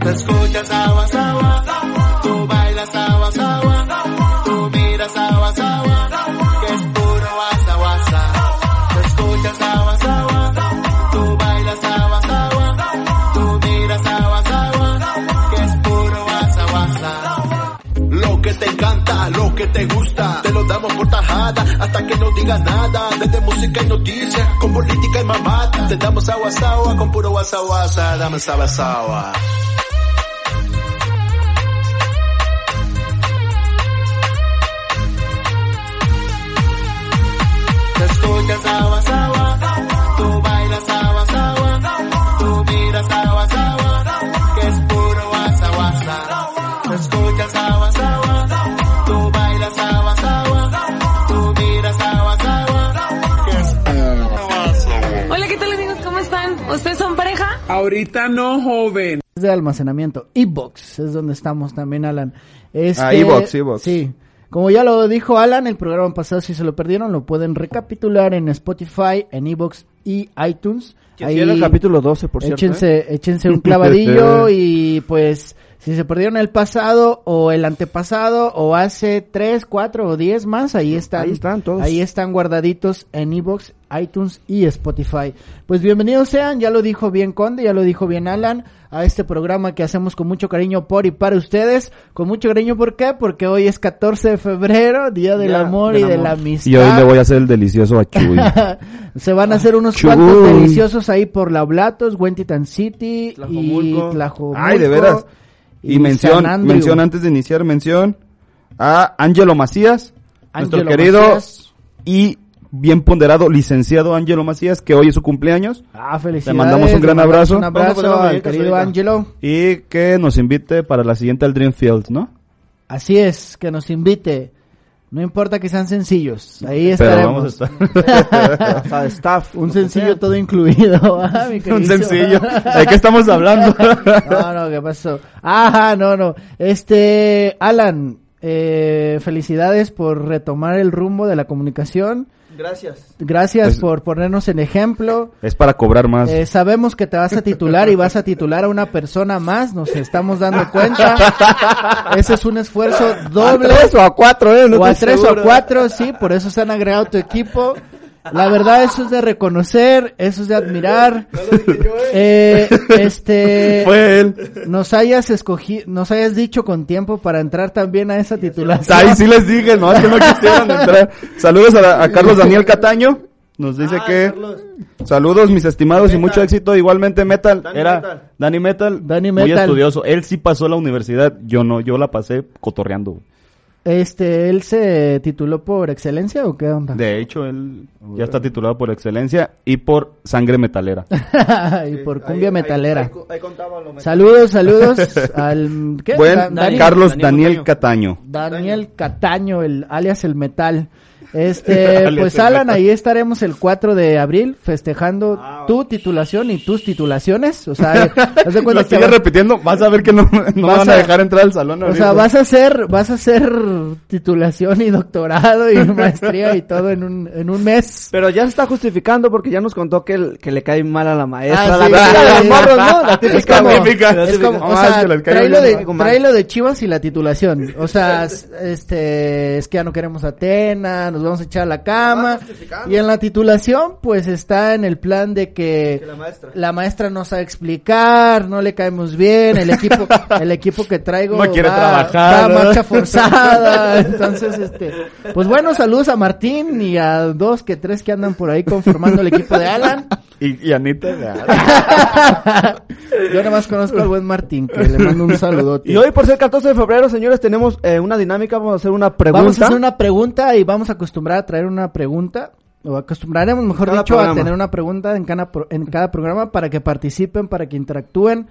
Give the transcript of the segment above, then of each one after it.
Te escuchas agua, agua, tú bailas agua, agua, tú miras agua, agua, que es puro guasa, guasa. Te escuchas agua, agua, tú bailas agua, agua, tú miras agua, agua, que es puro guasa, guasa. Lo que te encanta, lo que te gusta, te lo damos por tajada hasta que no digas nada. Desde música y noticias, con política y mamata, te damos agua, agua con puro guasa, guasa, dame agua, agua. Te escuchas agua, agua, tú bailas agua, agua, tú miras agua, agua, que es puro guasa, guasa. Te escuchas agua, agua, tú bailas agua, agua, tú miras agua, agua, que es puro guasa, guasa. Hola, ¿qué tal amigos? ¿Cómo están? ¿Ustedes son pareja? Ahorita no, joven. de almacenamiento. iBox es donde estamos también, Alan. Este, Ah, iVoox, iVoox. Sí. Como ya lo dijo Alan, el programa pasado, si se lo perdieron, lo pueden recapitular en Spotify, en iBox y iTunes. Que sí, era el capítulo 12, por cierto. ¿eh? échense, échense un clavadillo y pues si se perdieron el pasado o el antepasado o hace 3, 4 o 10 más, ahí están. Ahí están todos. Ahí están guardaditos en iBox, iTunes y Spotify. Pues bienvenidos sean, ya lo dijo bien Conde, ya lo dijo bien Alan, a este programa que hacemos con mucho cariño por y para ustedes. Con mucho cariño, ¿por qué? Porque hoy es 14 de febrero, Día del Ya, Amor del y de la amor. Amistad. Y hoy le voy a hacer el delicioso a Chuy. Se van Ah, a hacer unos Chuy. cuantos deliciosos ahí por La Blatos, Huentitan City Tlajomulco. y Tlajomulco. Ay, de veras. Y, mención, San Andrew. mención antes de iniciar, mención a Ángelo Macías, nuestro Ángelo querido Macías. y bien ponderado licenciado Ángelo Macías, que hoy es su cumpleaños Ah, felicidades. Le mandamos un le gran mandamos abrazo. Un Vamos a abrazo poner unas al muñecas querido ahorita. Ángelo. y que nos invite para la siguiente al Dreamfield, ¿no? Así es, que nos invite. No importa que sean sencillos. Ahí Pero estaremos. vamos a estar. estar. staff. Un sencillo todo incluido. Ah, mi Un querido. sencillo. ¿De qué estamos hablando? No, no, ¿qué pasó? Ajá, no, no. Este, Alan, eh, felicidades por retomar el rumbo de la comunicación. Gracias. Gracias Pues- por ponernos en ejemplo. es para cobrar más. Eh, sabemos que te vas a titular y vas a titular a una persona más, nos estamos dando cuenta. Ese es un esfuerzo doble. A tres o a cuatro, ¿eh? No o a estoy tres o a seguro. cuatro, sí, por eso se han agregado tu equipo. La verdad, eso es de reconocer, eso es de admirar. Eh, Eh, este, Fue él. nos hayas escogido, nos hayas dicho con tiempo para entrar también a esa titulación. Ahí sí les dije, no, es que no quisieron entrar. Saludos a, la- a Carlos Daniel Cataño. Nos dice Ah, que. Saludos, mis estimados, y mucho éxito. Igualmente, Metal. Dani era Metal. Dani Metal. Dani Muy Metal. estudioso. Él sí pasó la universidad. Yo no, yo la pasé cotorreando. güey. Este, él se tituló por excelencia o qué onda? De hecho, él ya está titulado por excelencia y por sangre metalera. y por cumbia metalera. Ahí, ahí contaba lo metal. Saludos, saludos al ¿qué? Buen Da- Dani- Carlos Daniel Daniel Cataño. Daniel Cataño, el alias el metal. Este, Alias pues el Alan, metal. ahí estaremos el 4 de abril festejando Ah, tu titulación y tus titulaciones, o sea, haz de Lo cuenta que sigue vas- repitiendo, vas a ver que no, no me Vas van a a- dejar entrar al salón o sea, ahorita. vas a hacer, vas a hacer titulación y doctorado y maestría y todo en un en un mes. Pero ya se está justificando porque ya nos contó que, el- que le cae mal a la maestra. Ah, la sí, típica sí, de los sí. morros, ¿no? La típica Es como- típica. la Es típica. como, o Ah, sea, que le caiga tráelo bien, de, ¿no? tráelo de Chivas y la titulación. O sea, s- este, es que ya no queremos a Atena, nos vamos a echar a la cama. Vas justificando. Y en la titulación, pues está en el plan de que, Que la maestra. la maestra no sabe explicar, no le caemos bien, el equipo, el equipo que traigo No quiere va, trabajar, va a ¿no? marcha forzada. Entonces, este, pues bueno, saludos a Martín y a dos que tres que andan por ahí conformando el equipo de Alan. Y, y Anita. Yo nada más conozco al buen Martín, que le mando un saludote. Y hoy, por ser 14 de febrero, señores, tenemos eh, una dinámica. Vamos a hacer una pregunta. vamos a hacer una pregunta y vamos a acostumbrar a traer una pregunta. O acostumbraremos, mejor cada dicho, a programa. tener una pregunta en cada, pro- en cada programa para que participen, para que interactúen.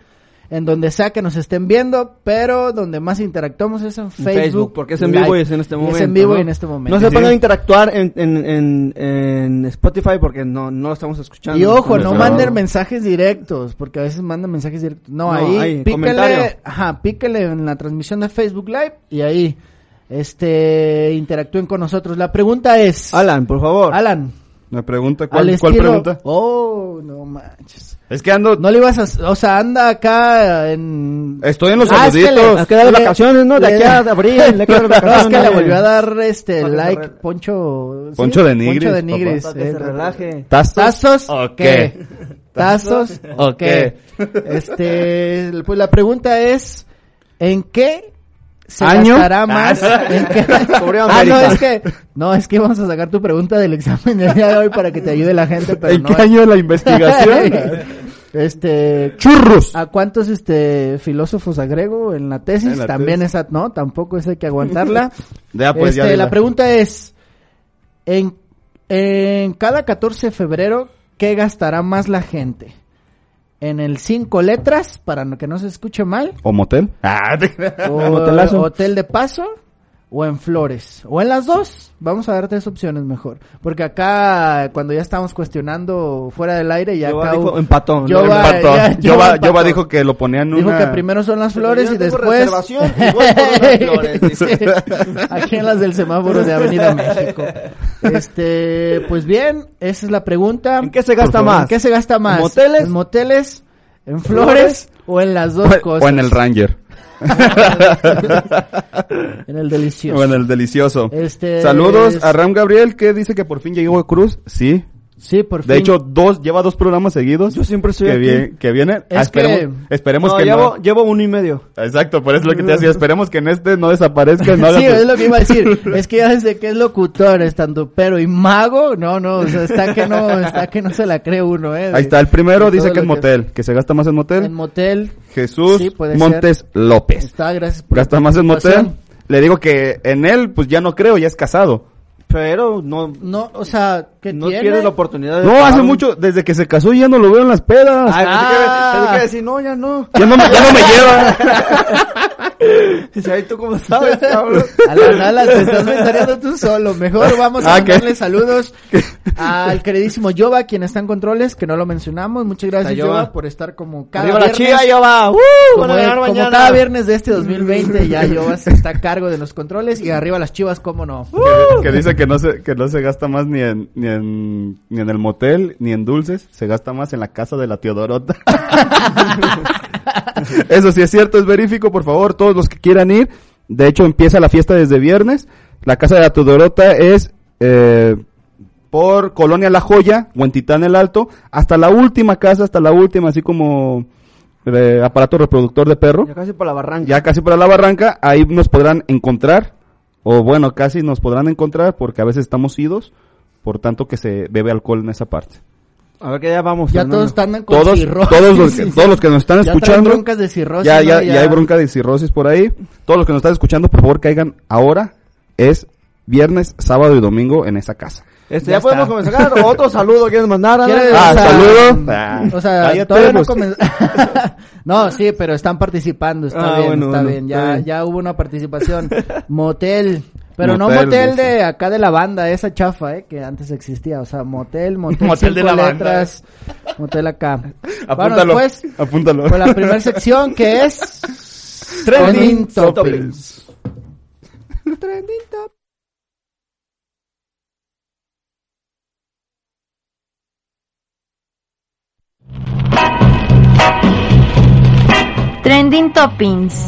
en donde sea que nos estén viendo, pero donde más interactuamos es en Facebook. Facebook, porque es en vivo Live. y es en este Y momento. Es en vivo ¿no? y en este momento. No se pongan a interactuar en, en, en, en Spotify porque no, no lo estamos escuchando. Y ojo, Estamos no Claro. manden grabando. mensajes directos, porque a veces mandan mensajes directos. No, No, ahí, ahí, comentario. píquele, ajá, píquele en la transmisión de Facebook Live y ahí este interactúen con nosotros. La pregunta es Alan, por favor. Alan, La pregunta, al ¿cuál, estilo cuál pregunta? Oh, no manches. Es que ando, No le ibas a, o sea, anda acá en estoy en los Ah, es que le- saluditos. Nos quedan Le- vacaciones, ¿no? De le- aquí a abril. le quedan No, es que vacaciones. le volvió a dar este Para que like se re- Poncho ¿sí? Poncho de Nigris, Poncho de Nigris, Para que eh, se relaje. ¿Tazos ¿O o qué? qué? ¿Tazos o qué? Este, pues la pregunta es, ¿en qué se ¿Año? gastará más? ¿En qué- Pobre Ah, no, América. es que, no, es que vamos a sacar tu pregunta del examen del día de hoy para que te ayude la gente, pero ¿En no qué es- año de la investigación? este, ¡Churros! ¿a cuántos este filósofos agrego en la tesis? En la También esa, no, tampoco esa hay que aguantarla. Ah, Ya, pues, ya Este, dila. la pregunta es, en, en cada 14 de febrero, ¿qué gastará más la gente? ¿En el cinco letras, para no- que no se escuche mal? ¿O motel? Ah, ¿O Motelazo. hotel de paso? ¿O en flores? ¿O en las dos? Vamos a dar tres opciones mejor. Porque acá, cuando ya estamos cuestionando fuera del aire, ya Yoba acá... dijo empatón. Yo va- empató. ya, Yo Yoba va- yo va empató. dijo que lo ponían en Dijo una... que primero son las flores yo y tengo después. reservación y voy por unas flores, dice. Aquí en las del semáforo de Avenida México. Este, pues bien, esa es la pregunta. ¿En qué se gasta Por favor, más? ¿En qué se gasta más? ¿En moteles? ¿En moteles? ¿En flores? ¿O en las dos o, cosas? en el Ranger. En el delicioso. o en el delicioso. Este Saludos es- a Ram Gabriel que dice que por fin llegó a Cruz. Sí. Sí, por fin. De hecho, dos, lleva dos programas seguidos. Yo siempre soy que, aquí. vie- que viene. Es Ah, esperemos esperemos No, que llevo, no. llevo uno y medio. Exacto, por eso es lo que te decía. Esperemos que en este no desaparezca. No haga sí, es lo que iba a decir. Es que ya desde que es locutor, estando pero y mago, no, no, o sea, está que no, está que no se la cree uno, eh. de- Ahí está, el primero de dice todo que en lo motel, que se gasta más en motel. En motel. Jesús Sí, puede Montes López. Está, gracias por Gasta tu más en motel. participación. Le digo que en él, pues ya no creo, ya es casado. Pero no, No, o sea, que no tiene? pierdes la oportunidad de. No, pagar hace un- mucho, desde que se casó ya no lo veo en las pedas. Ay, pensé que- Ah. pensé que, decir, no, ya no. Ya no, me- ya no me lleva. Dice, ay, tú cómo sabes, cabrón. Alan, Alan, te estás mensajeando tú solo. Mejor vamos a Ah, ¿qué? mandarle saludos al queridísimo Yoba, quien está en controles, que no lo mencionamos. Muchas gracias, Está Yoba. Yoba, por estar como cada Arriba la viernes. chiva, yo va. Uh, como, van a de- ganar como mañana. cada viernes de este 2020, ya Yoba se está a cargo de los controles y arriba las chivas, cómo no. que dice que no se, que no se gasta más ni en, ni en, ni en el motel, ni en dulces, se gasta más en la casa de la Teodorota. Eso sí es cierto, es verífico, por favor, todos los que quieran ir. De hecho, empieza la fiesta desde viernes. La casa de la Teodorota es, eh, por Colonia La Joya, Huentitán el Alto, hasta la última casa, hasta la última, así como, eh, aparato reproductor de perro Ya casi por la barranca. ya casi para la barranca, ahí nos podrán encontrar, o bueno, casi nos podrán encontrar porque a veces estamos idos, por tanto que se bebe alcohol en esa parte. A ver que ya vamos. Ya Fernando. todos están con Todos, cirrosis. todos, los que, todos los que nos están Ya traen escuchando, broncas de cirrosis, ya, ¿no? ya, ya Ya. hay bronca de cirrosis por ahí, todos los que nos están escuchando, por favor caigan ahora, es viernes, sábado y domingo en esa casa. Este, Ya ya, podemos está. comenzar. Otro saludo quieres mandar. Alan? ¿Quieres- Ah, o sea, saludo. Ah, O sea, cállate, todavía no pues. comen- no, sí, pero están participando, está Ah, bien, bueno, está bueno, bien. Ya, está bien. ya hubo una participación. Motel. Pero no Motel, motel de dice. acá de la banda, esa chafa, eh, que antes existía. O sea, motel, motel, Motel de cinco la banda. letras, motel acá. Bueno, Apúntalo, pues, apúntalo. con la primera sección que es Trending Topics. Trending Toppings.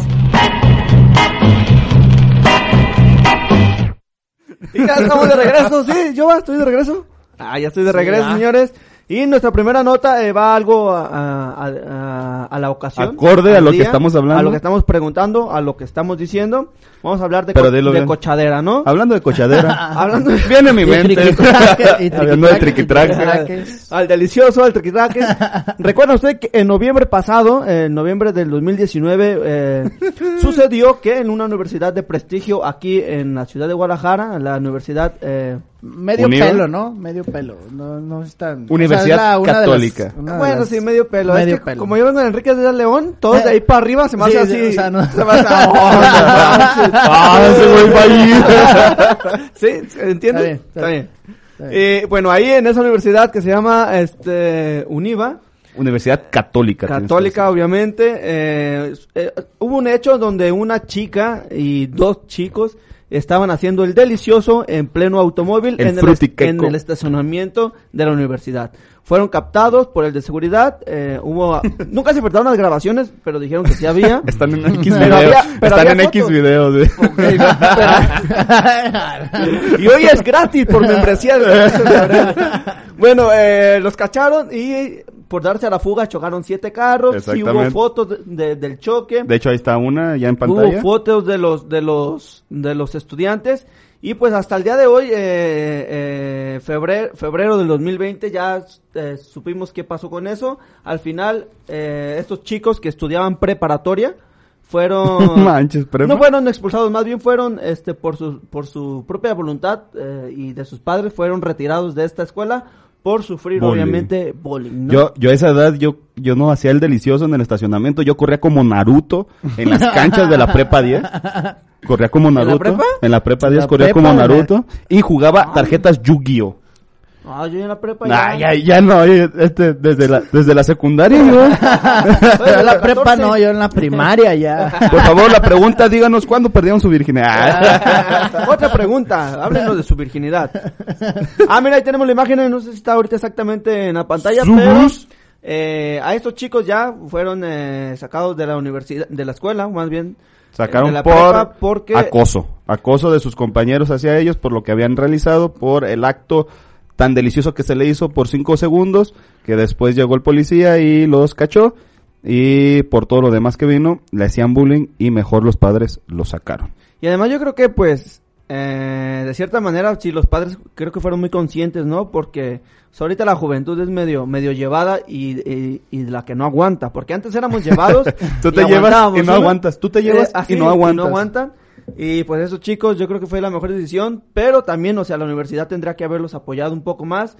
Y ya estamos de regreso, sí, yo va, estoy de regreso. Ah, ya estoy de regreso, señores. Y nuestra primera nota eh, va algo a, a- a- a la ocasión. Acorde a al lo que estamos hablando. A lo que estamos preguntando, a lo que estamos diciendo. Vamos a hablar de, Pero co- dilo de bien. cochadera, ¿no? Hablando de cochadera. Hablando de- Viene a mi Y mente. triquitraques, y Hablando de triquitraques, y triquitraques. triquitraques. Al delicioso, al triquitraque. Recuerda usted que en noviembre pasado, eh, en noviembre del 2019, eh, sucedió que en una universidad de prestigio aquí en la ciudad de Guadalajara, la Universidad eh, Medio Unión. pelo, ¿no? Medio pelo. No, no es tan... Universidad la- una de las- Católica. una de Bueno, las- sí, medio pelo. Es medio que pelo. Eh, Como yo vengo de Enrique de León, todos de ahí para arriba se me hace Sí, así. o sea, no- Se me hace. Ah, ese güey va ¿Sí? ¿Entiendes? Está bien, está bien. Está bien. Eh, bueno, ahí en esa universidad que se llama este, Univa, Universidad Católica. tienes que católica obviamente, eh, eh, hubo un hecho donde una chica y dos chicos estaban haciendo el delicioso en pleno automóvil El en, el, est- frutiqueco. en el estacionamiento de la universidad. Fueron captados por el de seguridad, eh, hubo... nunca se portaron las grabaciones, pero dijeron que sí había. decir. Están en X Pero videos. había- pero Están había en X fotos. videos, güey. y hoy es gratis por membresía. del Colegio de Abreu. bueno, eh, los cacharon y por darse a la fuga chocaron siete carros. Y hubo Exactamente. fotos de- de- del choque. De hecho, ahí está una ya en hubo pantalla. fotos de los de los de los estudiantes. Y pues hasta el día de hoy, eh, eh, febrero, febrero del 2020, ya eh, supimos qué pasó con eso. Al final, eh, estos chicos que estudiaban preparatoria fueron... Manches, prepa. No fueron expulsados, más bien fueron este por su, por su propia voluntad eh, y de sus padres fueron retirados de esta escuela por sufrir Bullying. obviamente bullying. ¿no? Yo, yo a esa edad, yo, yo no hacía el delicioso en el estacionamiento, yo corría como Naruto en las canchas de la prepa 10. Corría como la Naruto. prepa? En la prepa 10 La corría prepa, como güey. Naruto y jugaba tarjetas Yu-Gi-Oh. Ah, yo en la prepa Nah, ya... ya, ya no, eh, este, desde la, desde la secundaria, ¿no? Yo en la prepa 14. no, yo en la primaria ya. Por favor, la pregunta, díganos cuándo perdieron su virginidad. Ah. Otra pregunta, háblenos de su virginidad. Ah, mira, ahí tenemos la imagen, eh, no sé si está ahorita exactamente en la pantalla, pero Zubus. eh, a estos chicos ya fueron eh, sacados de la universidad, de la escuela, más bien. eh, de Sacaron la por prepa porque acoso, acoso de sus compañeros hacia ellos por lo que habían realizado, por el acto tan delicioso que se le hizo por cinco segundos, que después llegó el policía y los cachó, y por todo lo demás que vino, le hacían bullying y mejor los padres lo sacaron. Y además yo creo que pues eh, de cierta manera sí los padres creo que fueron muy conscientes, ¿no? Porque o sea, ahorita la juventud es medio medio llevada y, y, y la que no aguanta, porque antes éramos llevados. Tú y te llevas aguantábamos, Eh, y no aguantas, tú te llevas así, y no aguantas. aguantan. Y pues esos chicos yo creo que fue la mejor decisión, pero también, o sea, la universidad tendría que haberlos apoyado un poco más.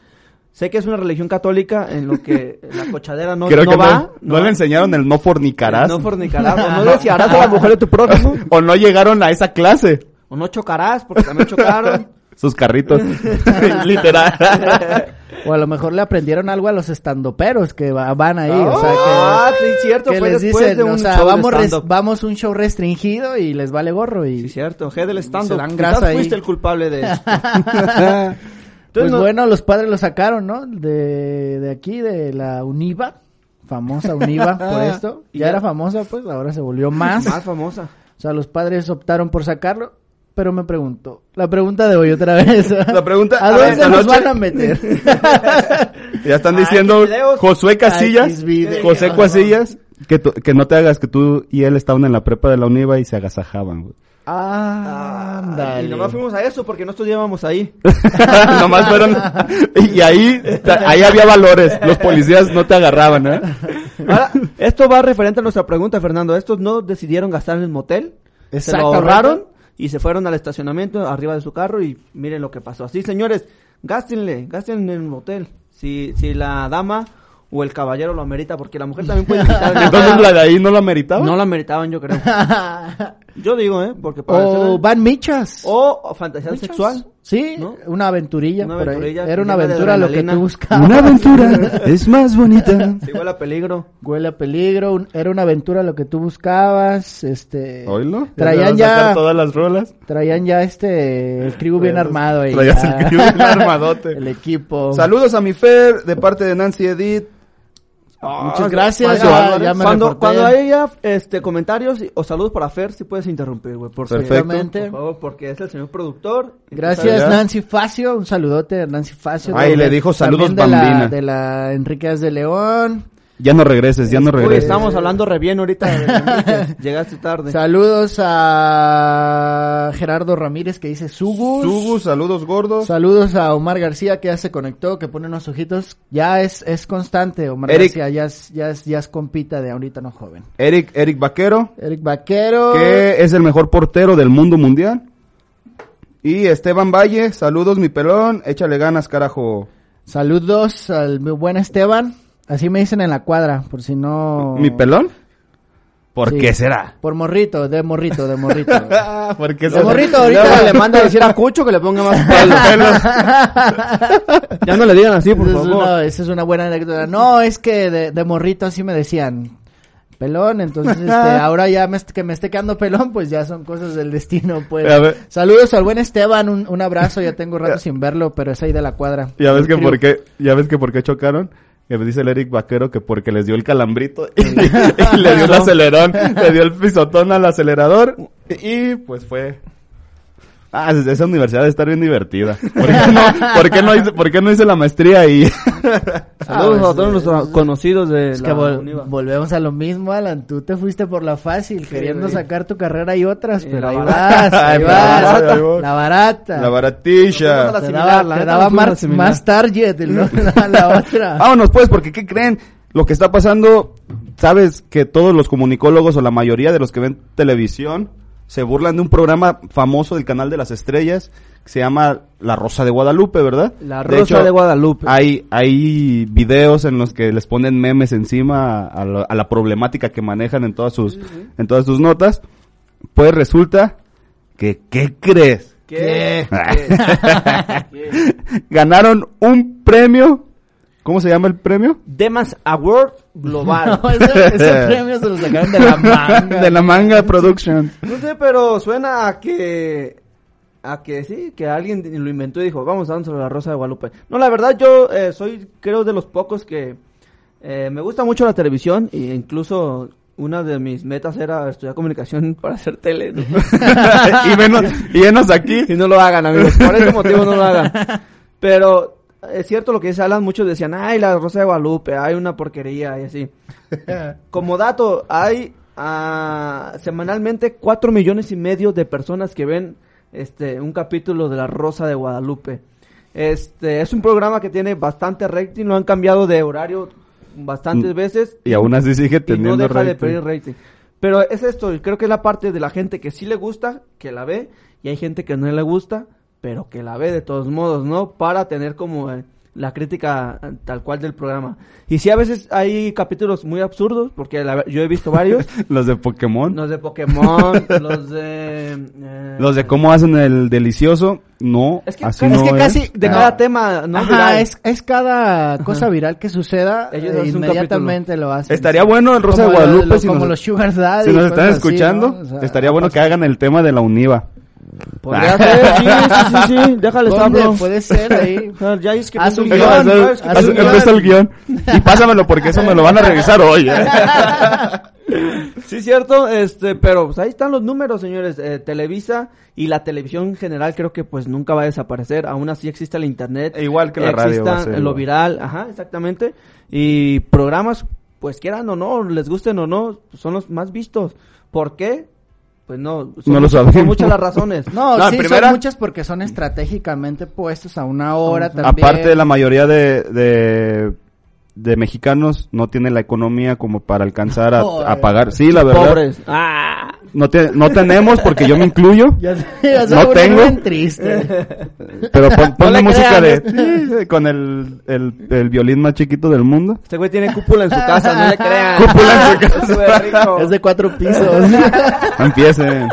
Sé que es una religión católica en lo que la cochadera no, Creo no que va. no, no le enseñaron el no fornicarás. No fornicarás, o no desearás a la mujer de tu prójimo, o no llegaron a esa clase. o no chocarás, porque también chocaron. Sus carritos. Literal. O a lo mejor le aprendieron algo a los estandoperos que va- van ahí, o sea que... ah, sí, cierto, que fue les después dicen, de un o sea, show de vamos, res- stand-up. vamos un show restringido y les vale gorro y... Sí, cierto, G del Se stand-up. dan Quizás grasa ahí. fuiste el culpable de esto. pues no- bueno, los padres lo sacaron, ¿no? De, de aquí, de la Univa, famosa Univa por esto. Ah, Y Ya ya- era famosa, pues ahora se volvió más. Más famosa. O sea, los padres optaron por sacarlo, pero me pregunto, la pregunta de hoy otra vez. La pregunta- ¿A a ver, dónde esta nos noche- van a meter? Ya están Ay, diciendo qué videos. Josué Casillas, Ay, qué videos. José Casillas, que, tú- que no te hagas que tú y él estaban en la prepa de la UNIVA y se agasajaban, güey. Ah, Y ándale. nomás fuimos a eso porque no estudiábamos ahí. Nomás fueron... Y ahí, ta- ahí había valores, los policías no te agarraban, ¿eh? Ahora, esto va referente a nuestra pregunta, Fernando. Estos no decidieron gastar en el motel. Se lo Exactamente. ahorraron y se fueron al estacionamiento arriba de su carro y miren lo que pasó. Así, señores, gástenle, gástenle en el motel. Si, si la dama o el caballero lo amerita, porque la mujer también puede invitar. Entonces la de ahí no la meritaban. No la meritaban, yo creo. Yo digo, ¿eh? Porque para O hacer- Van Michas. o, o fantasía sexual. Sí, ¿No? una aventurilla, Una por ahí. aventurilla Era una llena de aventura lo que adrenalina. tú buscabas. Una aventura es más bonita. Sí, huele a peligro. Huele a peligro, un- era una aventura lo que tú buscabas, este... ¿Oílo? Traían te vas a sacar ya, todas las rolas. traían ya este, el crew bien Traías- armado ahí. traías el Ah, crew bien armadote. El equipo. Saludos a mi Fer, de parte de Nancy Edith. Muchas gracias. Juancho Ah, Ya, Álvarez. ya me Cuando, reporté. cuando haya este, comentarios y- o saludos para Fer, si puedes interrumpir, güey. Por, favor, Perfecto. por favor, porque es el señor productor. Gracias Ya. Nancy Facio, un saludote a Nancy Facio. Ay, También- le dijo saludos, también de La, bambina. de la Enríquez de León. Ya no regreses, ya no Pues, Uy, regreses. estamos hablando re bien ahorita. de Enríquez. Llegaste tarde. Saludos a Gerardo Ramírez que dice Sugus. Sugu, saludos gordos. Saludos a Omar García que ya se conectó, que pone unos ojitos. Ya es, es constante, Omar Eric. García, ya es, ya es, ya es compita de ahorita no joven. Eric, Eric Vaquero. Eric Vaquero. que es el mejor portero del mundo mundial. Y Esteban Valle, saludos mi pelón, échale ganas, carajo. Saludos al mi buen Esteban. Así me dicen en la cuadra, por si no. ¿Mi pelón? ¿Por Sí. qué será? Por morrito, de morrito, de morrito. Ah, ¿Por qué De morrito ahorita. Luego le manda a decir a Cucho que le ponga más pelo. ya no le digan así, por Esa es favor. una- esa es una buena anécdota. No, es que de, de morrito así me decían pelón, entonces este, ahora ya me est- que me esté quedando pelón, pues ya son cosas del destino, pues. A ver. Saludos al buen Esteban, un, un abrazo, ya tengo rato sin verlo, pero es ahí de la cuadra. Ya ves que Creo- por qué, ya ves que por qué chocaron. Que me dice el Eric Vaquero que porque les dio el calambrito y, y le dio el acelerón, le dio el pisotón al acelerador y, y, pues fue. Ah, es- esa universidad debe estar bien divertida. ¿Por qué no, por qué no hice, por qué no hice la maestría ahí? Saludos Ah, a todos nuestros conocidos de Es la que vol- Univa. volvemos a lo mismo, Alan. Tú te fuiste por la fácil, queriendo güey. sacar tu carrera y otras, Y pero la ahí barata. vas, ahí Ay, pero vas. barata, ahí voy. La barata. La Nos baratilla. vamos Te Similar, daba, la te neta, daba nos fuimos mar- similar. más target el- la, la otra. Vámonos pues, porque ¿qué creen? Lo que está pasando, sabes que todos los comunicólogos o la mayoría de los que ven televisión se burlan de un programa famoso del canal de las estrellas que se llama La Rosa de Guadalupe, ¿verdad? La Rosa de Guadalupe. Hay, hay videos en los que les ponen memes encima a la, a la problemática que manejan en todas sus, en todas sus notas. Pues resulta que, ¿qué crees? ¿Qué? Ganaron un premio. ¿Cómo se llama el premio? Demas Award Global. No, ese, ese premio se lo sacaron de la manga. de la manga production. No sé, pero suena a que a que sí, que alguien lo inventó y dijo, vamos a darnos la Rosa de Guadalupe. No, la verdad yo eh, soy creo de los pocos que eh, me gusta mucho la televisión e incluso una de mis metas era estudiar comunicación para hacer tele. ¿no? y, venos, y venos aquí. y no lo hagan, amigos. Por ese motivo no lo hagan. Pero es cierto lo que dice Alan, muchos decían, ay, la Rosa de Guadalupe, hay una porquería y así. Como dato, hay ah, semanalmente cuatro millones y medio de personas que ven este un capítulo de la Rosa de Guadalupe. Este es un programa que tiene bastante rating, lo han cambiado de horario bastantes Mm. veces Y aún así sigue y teniendo no deja de rating. pedir rating. Pero es esto, y creo que es la parte de la gente que sí le gusta, que la ve, y hay gente que no le gusta, pero que la ve de todos modos, ¿no? Para tener como eh, la crítica eh, tal cual del programa. Y sí, a veces hay capítulos muy absurdos, porque la ve- yo he visto varios, Los de Pokémon. los de Pokémon, los de... eh, Los de cómo hacen el delicioso. No, Es que, así es no que casi de Ah. cada tema, ¿no? Ajá, Viral. es, es cada cosa viral que suceda, Ellos eh, hacen un inmediatamente lo hacen. Estaría bueno el Rosa de Como lo- Guadalupe lo- si como nos- los Sugar Daddy. Si nos y están cosas así, escuchando, ¿no? O sea, estaría bueno que hagan el tema de la UNIVA. Podría Ah. ser, sí, sí, sí, sí, déjales ¿Dónde hablo. puede ser ahí? Ya es que Haz puse un guión, guión, ¿no? Es que haz puse un Empieza el guión. Y pásamelo porque eso me lo van a revisar hoy. ¿eh? Sí, cierto, este, pero pues, ahí están los números, señores. Eh, Televisa y la televisión en general creo que pues nunca va a desaparecer. Aún así existe el internet. E igual que la radio va a exista ser lo igual. viral, ajá, exactamente. Y programas, pues quieran o no, les gusten o no, son los más vistos. ¿Por qué? Pues no, son No lo muchas- sabemos. Son muchas las razones. No, No, en sí, primera- son muchas porque son estratégicamente puestos a una hora también. Aparte, la mayoría de, de, de mexicanos no tiene la economía como para alcanzar a, Joder. a pagar. Sí, la verdad. Pobres. Ah. No, te- no tenemos porque yo me incluyo. Ya, sé, ya se No no tengo. bien triste. Pero pon, ponle le música crean, de... Con el, el, el violín más chiquito del mundo. Este güey tiene cúpula en su casa, no le crean. Cúpula en su Ese güey es rico. es de cuatro pisos. Empiece.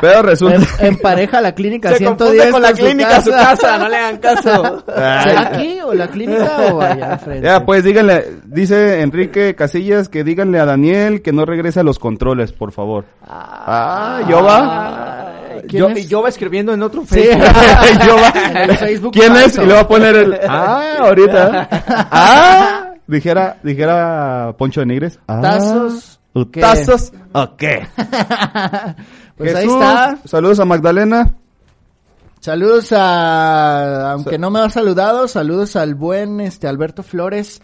Pero resulta... en, en pareja la clínica Se confunde 110 con la su clínica su casa, no le hagan caso. ¿Será Ay. aquí o la clínica o allá al frente? Ya, pues díganle, dice Enrique Casillas que díganle a Daniel que no regrese a los controles, por favor. Ah, yo va. ¿Quién Yo, es? y yo va escribiendo en otro Sí. Facebook. Yo va. En el Facebook ¿Quién es? falso. Y le va a poner el. Ah, ahorita. Ah, dijera, dijera Poncho de Nigres. Ah. Tazos, ¿O ¿qué? ¿Tazos o qué? Pues ahí Jesús, está. Saludos a Magdalena. Saludos a, aunque no me ha saludado, saludos al buen este Alberto Flores,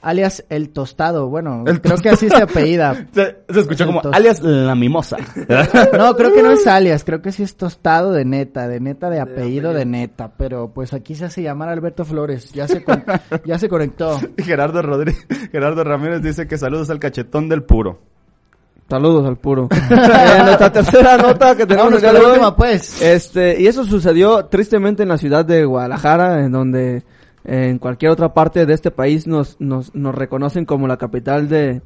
alias El Tostado. Bueno, El creo que así se apellida. Se, se escuchó como Entonces- alias la mimosa. No, creo que no es alias, creo que sí es Tostado de neta, de neta de apellido de neta, pero pues aquí se hace llamar Alberto Flores, ya se con- ya se conectó. Gerardo Rodríguez, Gerardo Ramírez dice que saludos al cachetón del puro. Saludos al puro. Eh, nuestra tercera nota que tenemos Vámonos el día con la de hoy. última, pues. Este, y eso sucedió tristemente en la ciudad de Guadalajara, en donde eh, en cualquier otra parte de este país nos, nos, nos reconocen como la capital de,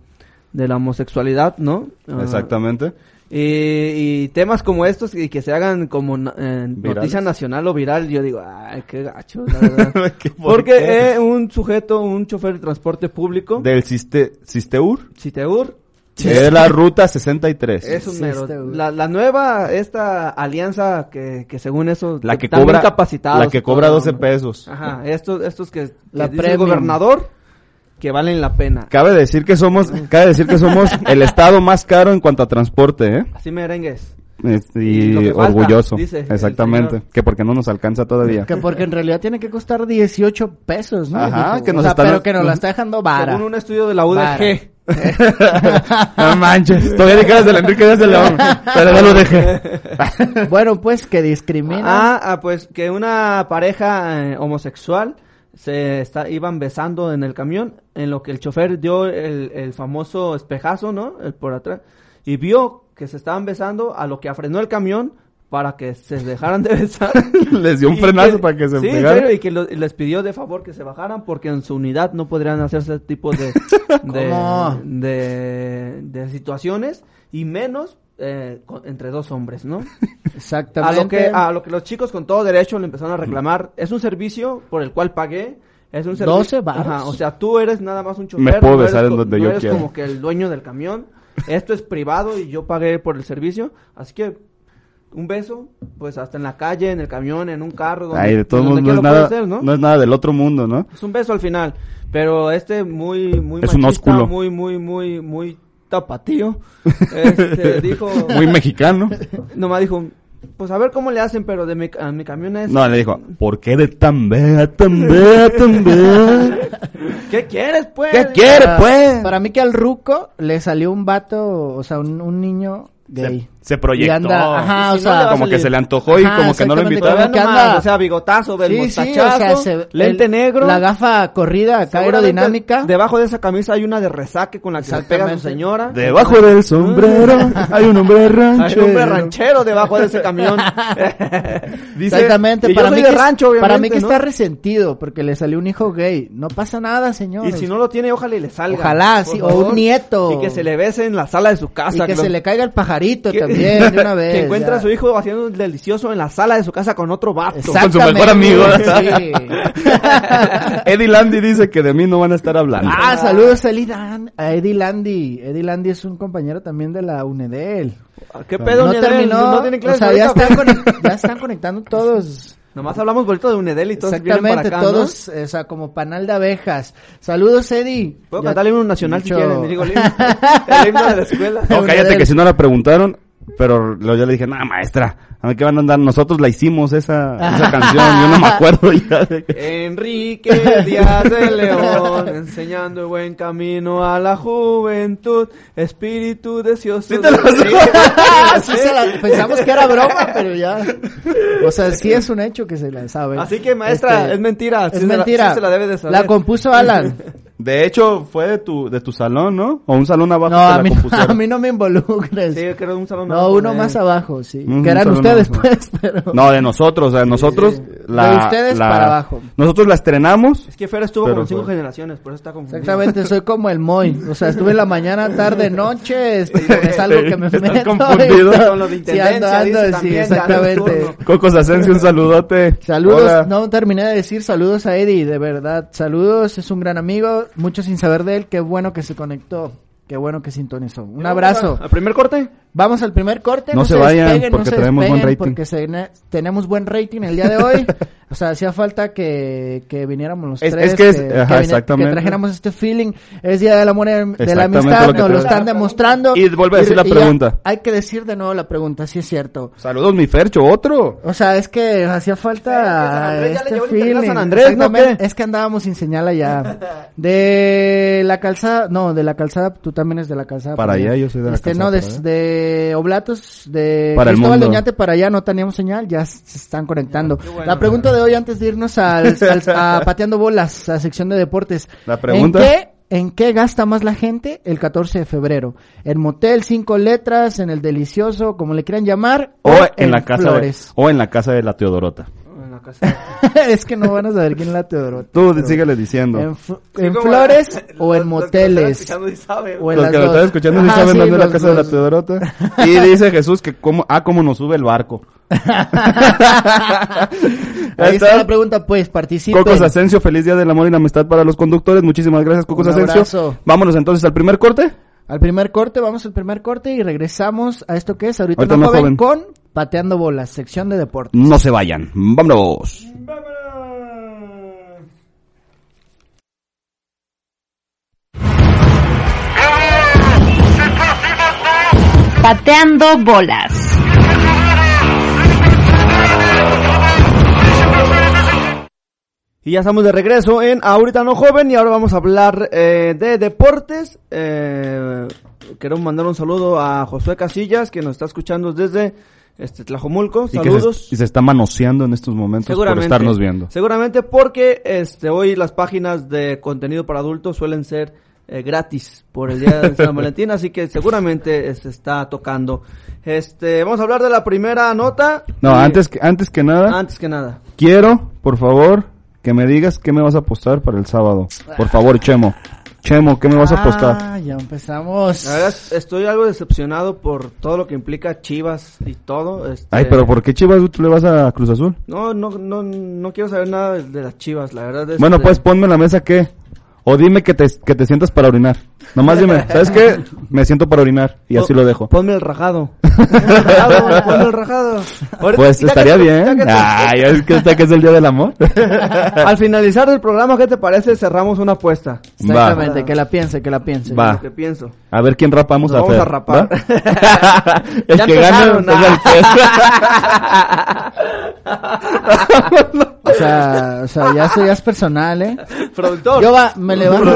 de la homosexualidad, ¿no? Ah, Exactamente. y, y temas como estos y que se hagan como na- eh, noticia Virales. nacional o viral, yo digo, ay, qué gacho, la Ah. verdad. ¿Qué por Porque qué? eh, un sujeto, un chofer de transporte público, Del Siste, Sisteur, Citeur, que es la ruta 63. es un Sí, mero. está, güey. La, la nueva, esta alianza que, que según eso, la que están bien cobra, capacitados la que y todo, cobra ¿no? 12 pesos. Ajá, estos, estos que, que La dice el premium. gobernador que valen la pena. Cabe decir que somos, cabe decir que somos el estado más caro en cuanto a transporte, ¿eh? Así merengues. Es- Y lo Y que falta, orgulloso. dice el Exactamente. señor. Que porque no nos alcanza todavía. Que porque en realidad tiene que costar 18 pesos, ¿no? Ajá, Dijo, que nos o sea, están- pero que nos la está dejando vara. Según un estudio de la UDG. no manches. Todavía ni caras del Enrique Díaz de León. Pero no lo dejé. Bueno, pues que discrimina. Ah, ah, pues que una pareja eh, homosexual se está, iban besando en el camión, en lo que el chofer dio el, el famoso espejazo, ¿no? El por atrás. Y vio que se estaban besando, a lo que frenó el camión para que se dejaran de besar. Les dio un Y frenazo para que se sí, en pegaran. serio, y que lo- y les pidió de favor que se bajaran porque en su unidad no podrían hacerse ese tipo de, de, ¿Cómo? de, de situaciones y menos eh, con- entre dos hombres, ¿no? A Exactamente. lo, que, a lo que los chicos con todo derecho le empezaron a reclamar. Es un servicio por el cual pagué. Es un servicio. 12 varos. Ajá, o sea, tú eres nada más un chofer. Me puedo no besar en eres co- donde no yo eres quiera. como que el dueño del camión. Esto es privado y yo pagué por el servicio. Así que un beso, pues hasta en la calle, en el camión, en un carro. Donde, Ay, de todos donde modos, no es quiera lo nada, puedes hacer, ¿no? no es nada del otro mundo, ¿no? Es un beso al final, pero este muy muy Es un machista, ósculo. muy muy muy muy tapatío. Este dijo Muy mexicano. Nomás dijo, pues a ver cómo le hacen, pero de mi, a mi camión es... No, le dijo, ¿por qué de tan vea, tan vea, tan vea? ¿Qué quieres, pues? ¿Qué quieres, pues? Para mí que al ruco le salió un vato, o sea, un, un niño gay. Se, se proyectó. Y anda, ajá, Y o si no sea, le va a como que salir. se le antojó y Ajá, como que no lo exactamente, invitaron. Todavía ¿Qué no anda? más, o sea, bigotazo, del Sí, sí, mostachazo, o sea, se- lente el- negro. La gafa corrida, acá Seguramente aerodinámica. Debajo de esa camisa hay una de resaque con la que se pega su Exactamente. señora. Debajo del sombrero hay un hombre Hay rancho. un hombre ranchero debajo de ese camión. Dice, Exactamente, y yo para soy mí, de que, rancho, para mí obviamente, que ¿no? está resentido porque le salió un hijo gay. No pasa nada, señor. Y si no lo tiene, ojalá y le salga. Ojalá, por sí, o favor. un nieto. Y que se le bese en la sala de su Y casa. que lo- se le caiga el pajarito que- también de una vez. que encuentra ya. a su hijo haciendo un delicioso en la sala de su casa con otro vato. Con su mejor amigo. Exactamente, sí. Eddie Landy dice que de mí no van a estar hablando. ah, saludos a Eddie, Dan- a Eddie Landy. Eddie Landy es un compañero también de la UNEDEL. ¿Qué pedo, no Nedel? terminó. No tienen o clases sea, ya ahorita, están, güey. conec- ya están conectando todos. Nomás hablamos bonito de Unedel y todos vienen para Exactamente, acá, ¿no? todos, o sea, como panal de abejas. Saludos, Eddie. Puedo Ya- cantarle un himno nacional si dicho- quieren. Digo, el himno, el himno de la escuela. No, cállate que si no la preguntaron, pero luego yo le dije, no, maestra, a mí qué van a andar, nosotros la hicimos esa, esa canción, yo no me acuerdo ya de que- Enrique Díaz de León, enseñando el buen camino a la juventud, espíritu deseoso. te la de- Sí, se la- pensamos que era broma, pero ya. O sea, sí es un hecho que se la sabe. Este, Así que, maestra, es mentira, sí Es se la- mentira. sí se la debe de saber. La compuso Alan. De hecho, fue de tu, de tu salón, ¿no? O un salón abajo No, te a la mí, no compusieron. a mí no me involucres. Sí, yo creo un salón no, abajo uno de- más abajo, sí. Mm, que eran solo uno ustedes, más pues, pero. No, de nosotros, de nosotros, la, De ustedes la- para abajo. Nosotros la estrenamos, Es que Fer estuvo Pero con cinco fue- generaciones, por eso está confundido. Exactamente, soy como el Moy. O sea, estuve en la mañana, tarde, noche. Es, es algo que me Estás meto. confundido. y- Con lo de intendencia, dice sí, también, ya, exactamente. nocturno. Cocos Asensio, un saludote. Saludos, Hola. no terminé de decir saludos a Eddie, de verdad. Saludos, es un gran amigo, mucho sin saber de él. Qué bueno que se conectó, qué bueno que sintonizó. Un abrazo. ¿Al primer corte? Vamos al primer corte. No se vayan, despeguen, porque tenemos buen despeguen, rating. Porque se ne- tenemos buen rating el día de hoy. o sea, hacía falta que, que viniéramos los Es- tres. es que es- ajá, viniera- exactamente. que trajéramos este feeling. Es Día del Amor y de la Exactamente Amistad. lo que nos lo te- están demostrando. Y vuelve a decir la ya pregunta. Hay que decir de nuevo la pregunta, sí es cierto. Saludos, mi Fercho, otro. O sea, es que hacía falta Eh, que San Andrés ya le este llevó el internet a feeling. San Andrés, ¿no? Exactamente, ¿Qué? Es que andábamos sin señal allá. De la calzada, no, de la calzada, tú también eres de la calzada. Para allá, yo soy de la Este, calzada No, para des- de Oblatos, de Para el Cristóbal de mundo. Oñate para allá no teníamos señal, ya s- se están conectando. Ah, qué bueno. la pregunta de hoy antes de irnos al, al- a Pateando Bolas, a sección de deportes. La pregunta. ¿En qué ¿En qué gasta más la gente el 14 de febrero? ¿En motel cinco letras, en el delicioso, como le quieran llamar? O en, la casa de, flores? o en la casa de la Teodorota. es que no van a saber quién es la Teodorota. Tú pero- síguele diciendo. En, fl- en flores o en moteles. escuchando y saben. O en los las que lo dos. están escuchando sí Ajá, saben sí, dónde es la los casa de la dos. Teodorota. Y dice Jesús que cómo, ah, cómo nos sube el barco. Ahí Ahí está está. la pregunta, pues, participen. Cocos Asencio, feliz día del amor y la amistad para los conductores. Muchísimas gracias, Cocos Un Asencio. abrazo. Vámonos entonces al primer corte. Al primer corte, vamos al primer corte y regresamos a esto que es ahorita, Ahorita no no joven joven. con Pateando Bolas, sección de deporte. No se vayan. Vámonos. Pateando bolas. Y ya estamos de regreso en Ahorita No Joven y ahora vamos a hablar eh, de deportes. Eh, queremos mandar un saludo a Josué Casillas que nos está escuchando desde este, Tlajomulco. Y que Saludos. se, y se está manoseando en estos momentos por estarnos viendo. Seguramente porque este, hoy las páginas de contenido para adultos suelen ser eh, gratis por el día de San Valentín, así que seguramente eh, se está tocando. Este, vamos a hablar de la primera nota. No, Y- antes que, antes que Ah, nada, antes que nada. quiero, por favor, que me digas qué me vas a apostar para el sábado. Por favor, Chemo. Chemo, ¿qué me vas a apostar? Ah, ya empezamos. La verdad es- estoy algo decepcionado por todo lo que implica Chivas y todo. este- Ay, pero ¿por qué Chivas tú le vas a Cruz Azul? No, no, no, no quiero saber nada de- de las Chivas, la verdad. este- Bueno, pues ponme en la mesa qué. O dime que te, que te sientas para orinar. Nomás dime, ¿sabes qué? Me siento para orinar y así Pon- lo dejo. Ponme el rajado. Ponme el rajado, ponme el rajado. Ahorita- Pues ya que estaría te- ya bien. que te- Ay, es que está que es el día del amor. Al finalizar el programa, ¿qué te parece? Cerramos una apuesta. Exactamente, Va. que la piense, que la piense. Va. Lo que pienso. A ver quién rapamos Nos a vamos Fer, a rapar. ¿va? el Ya que empezaron, gane pega el Fer. O sea, o sea, ya eso ya es personal, ¿eh? Productor. Yo va, me levanto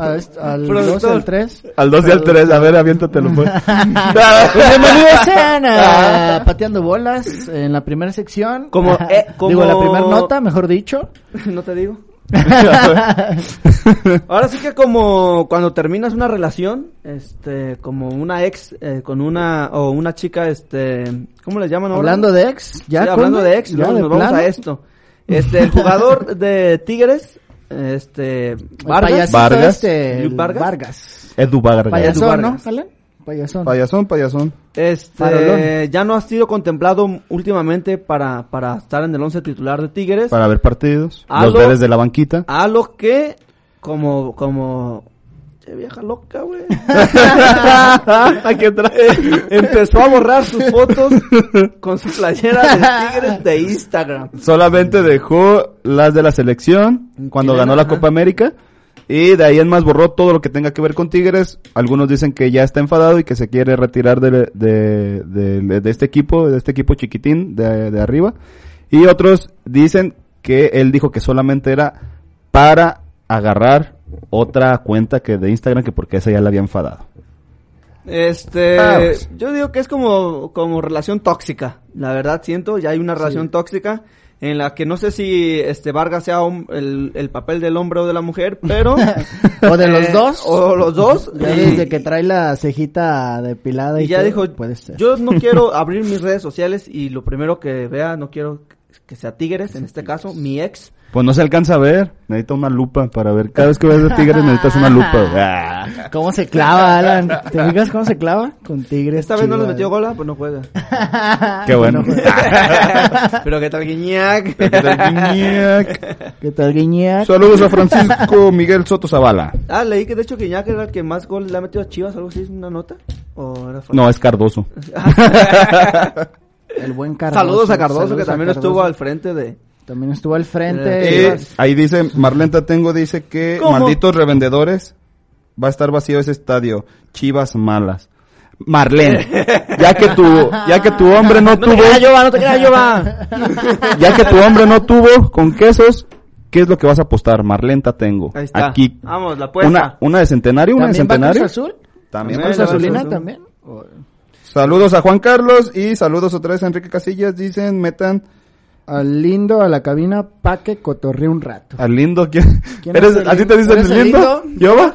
a est- al 2 Productor. al 3. Al 2 y al 3, a ver, aviéntatelo. Pues. Bienvenidos sean a Ah, Pateando Bolas en la primera sección. Como, eh, como- Digo, la primera nota, mejor dicho. no te digo. Ahora sí que como cuando terminas una relación, este, como una ex eh, con una o una chica, este, ¿cómo le llaman ahora? Hablando de ex, ya. Sí, hablando Conde, de ex, ya luego de nos vamos plano. a esto. Este, el jugador de Tigres, este, El Vargas, payasito Vargas. este, el Vargas. Vargas. Edu Vargas. Payaso. Payasón, ¿no? Vargas. ¿Salen? Payasón. Payasón, payasón. este, Farolón. ya no ha sido contemplado últimamente para, para estar en el once titular de Tigres. Para ver partidos. Los Aldo. bebés de la banquita. A lo que, como, como, che vieja loca, güey. Eh, Empezó a borrar sus fotos con su playera de Tigres de Instagram. Solamente dejó las de la selección cuando Chilena, ganó la ajá. Copa América. Y de ahí en más borró todo lo que tenga que ver con Tigres. Algunos dicen que ya está enfadado y que se quiere retirar de, de, de- de este equipo, de este equipo chiquitín de, de arriba. Y otros dicen que él dijo que solamente era para agarrar otra cuenta que de Instagram, que porque esa ya la había enfadado. Este, Ah, pues. yo digo que es como, como relación tóxica. La verdad siento, ya hay una relación tóxica en la que no sé si este Vargas sea hom- el, el papel del hombre o de la mujer, pero O de los eh, dos. o los dos. Ya y- desde que trae la cejita depilada y, y ya todo, dijo, puede ser. yo no quiero abrir mis redes sociales y lo primero que vea, no quiero que sea Tigres, en este caso, mi ex. Pues no se alcanza a ver, necesita una lupa para ver. Cada vez que ves a Tigres necesitas una lupa. Ah. ¿Cómo se clava, Alan? ¿Te fijas cómo se clava? Con tigres. Esta vez no Chivas. le metió gola, pues no juega. Qué bueno. pues. pero qué tal Guiñac. ¿Qué tal, Guiñac? Saludos a Francisco Miguel Soto Zavala. ah, leí que de hecho Guiñac era el que más goles le ha metido a Chivas, algo así, es una nota. ¿O era falso? No, es Cardoso. El buen Cardoso. Saludos a Cardoso, Saludos que a también Cardoso. estuvo al frente de... También estuvo al frente. Eh, Eh, ahí dice, Marlenta Tengo dice que ¿Cómo? malditos revendedores va a estar vacío ese estadio. Chivas malas. Marlene, ya que tu, ya que tu hombre no, tuvo, no te creas, ya que tu hombre no tuvo con quesos, ¿qué es lo que vas a apostar? Marlenta tengo. Ahí está. Aquí. Vamos, la apuesta. Una, una de centenario, una de ¿También va centenario. Cruz Azul? También. También ¿Cruz la Cruz Azulina Azul. también? Saludos a Juan Carlos y saludos otra vez a Enrique Casillas. Dicen, metan al lindo a la cabina pa' que cotorree un rato. ¿Al lindo? ¿Quién? ¿Quién ¿Eres, es el ¿A ti lindo? te dicen ¿Eres el el lindo? lindo? ¿Yo va?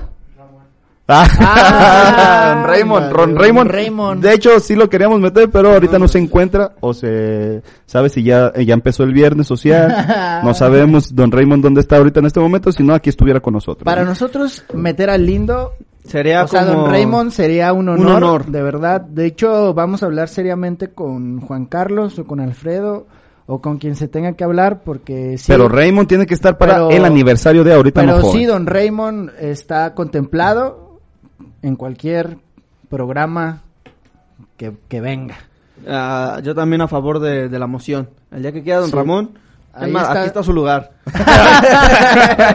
Ah, Ah, Raymond, Ron Ron Raymond. Raymond. De hecho, sí lo queríamos meter, pero ahorita no se encuentra o se sabe si ya, eh, ya empezó el viernes social. No sabemos don Raymond dónde está ahorita en este momento, si no aquí estuviera con nosotros. Para nosotros meter al lindo, Sería o sea, como... don Raymond sería un honor, honor. de verdad. De hecho, vamos a hablar seriamente con Juan Carlos o con Alfredo o con quien se tenga que hablar porque sí. Pero Raymond tiene que estar para Pero- el aniversario de ahorita Pero no joven. sí, don Raymond está contemplado en cualquier programa que, que venga. Ah, yo también a favor de, de la moción. El día que quiera don Sí. Ramón, es Ahí más, está. aquí está su lugar.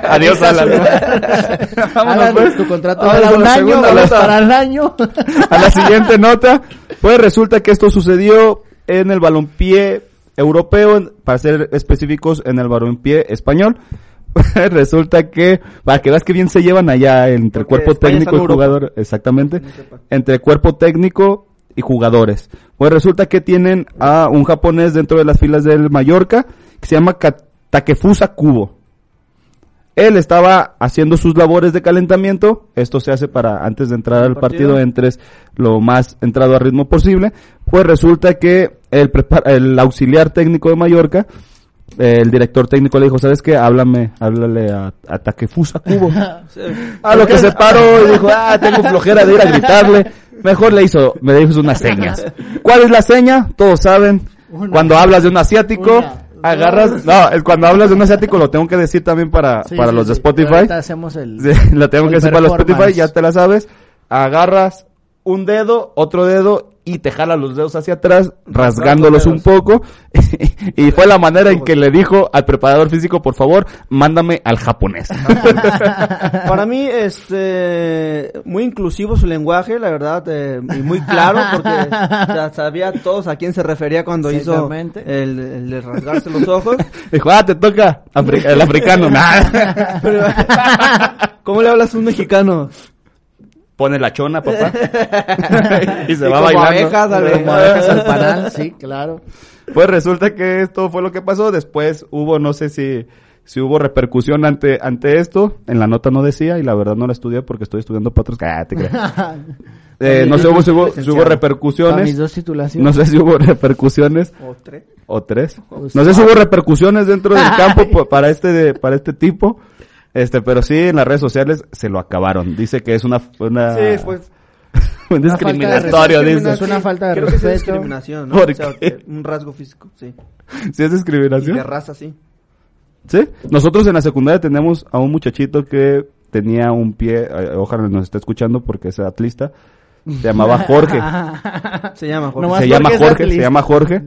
Adiós, Está Alan. su- Vámonos, Alan, pues. tu contrato Vámonos para con un la año, segunda vamos nota. para el año. A la siguiente nota, pues resulta que esto sucedió en el balompié europeo, en- para ser específicos, en el balompié español. resulta que, para que veas que bien se llevan allá entre Porque cuerpo España técnico está en y Europa. jugador, exactamente, sepa. entre cuerpo técnico y jugadores. Pues resulta que tienen a un japonés dentro de las filas del Mallorca, que se llama Ka- Takefusa Kubo. Él estaba haciendo sus labores de calentamiento. Esto se hace para antes de entrar al partido, partido. entres lo más entrado a ritmo posible. Pues resulta que el, prepar- el auxiliar técnico de Mallorca, eh, el director técnico le dijo, ¿sabes qué? Háblame, háblale a, a Takefusa Cubo. Sí. A Ah, lo que se paró y dijo, ah, tengo flojera de ir a gritarle. Mejor le hizo, me dijo unas señas. ¿Cuál es la seña? Todos saben. Una. Cuando hablas de un asiático, Una. agarras, no, es cuando hablas de un asiático lo tengo que decir también para, Sí, para sí, los de sí. Ahorita Spotify. hacemos el... Sí, la tengo el que decir para los performance. Spotify, ya te la sabes. Agarras un dedo, otro dedo y te jalas los dedos hacia atrás, rasgándolos un poco. y fue la manera en que le dijo al preparador físico, por favor, mándame al japonés. Para mí, este, muy inclusivo su lenguaje, la verdad, eh, y muy claro, porque o sea, sabía todos a quién se refería cuando hizo Exactamente. el, el de rasgarse los ojos. Dijo, ah, te toca Afri- el africano. Nah. Pero, ¿Cómo le hablas a un mexicano? Pone la chona, papá. y se Y va como bailando. abejas, dale. Como abejas al panal, sí, claro. Pues resulta que esto fue lo que pasó. Después hubo, no sé si, si hubo repercusión ante, ante esto. En la nota no decía y la verdad no la estudié porque estoy estudiando para otros. Ah, te creas. Eh, no sé hubo- si hubo, si Para hubo mis repercusiones. dos titulaciones. No sé si hubo repercusiones O tres. o tres. Pues, No sé si hubo repercusiones dentro del campo po- para este de- para este tipo. Este, pero sí en las redes sociales se lo acabaron. Dice que es una una Sí, pues, un Una falta de discriminatorio, respeto. dice. Es una falta de Creo que es respeto. discriminación, ¿no? ¿Por O sea, qué? un rasgo físico, sí. ¿Sí es Y de discriminación? raza, ¿Ah, sí. Sí. Nosotros en la secundaria tenemos a un muchachito que tenía un pie, eh, ojalá nos esté escuchando porque es atlista. Se llamaba Jorge. Se llama Jorge. No más se llama porque es Jorge, se atlista. llama Jorge.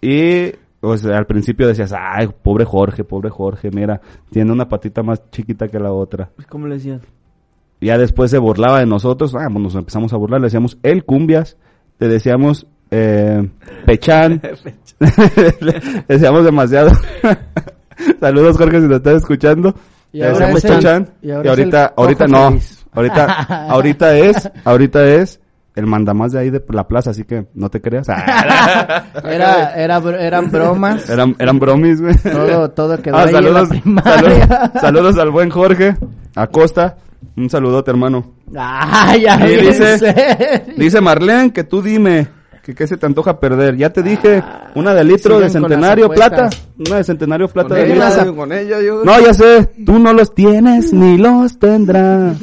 Y o sea, al principio decías, ay, pobre Jorge, pobre Jorge, mira, tiene una patita más chiquita que la otra. ¿Cómo le decían? Ya después se burlaba de nosotros, ah, pues nos empezamos a burlar, le decíamos el cumbias, le decíamos eh, pechán, le decíamos demasiado. Saludos Jorge si lo estás escuchando. Y Le ahora decíamos es el- pechán y, y ahora es el ahorita, Cojo ahorita no, Feliz. ahorita, ahorita es, ahorita es el mandamás de ahí de la plaza, así que no te creas. Era, era, br- eran bromas. Eran, eran bromis, güey. Ah, Todo- todo quedó ahí en la saludos, primaria. saludos, saludos al buen Jorge Acosta. Un saludote, hermano. Ah, ya Y bien dice- serio. Dice Marlene que tú dime que qué se te antoja perder. Ya te dije, una de Sigan Ah, litro de con las centenario plata. apuestas. Una de centenario plata Con de ella, litro. yo- con ella, yo... No, ya sé, tú no los tienes ni los tendrás.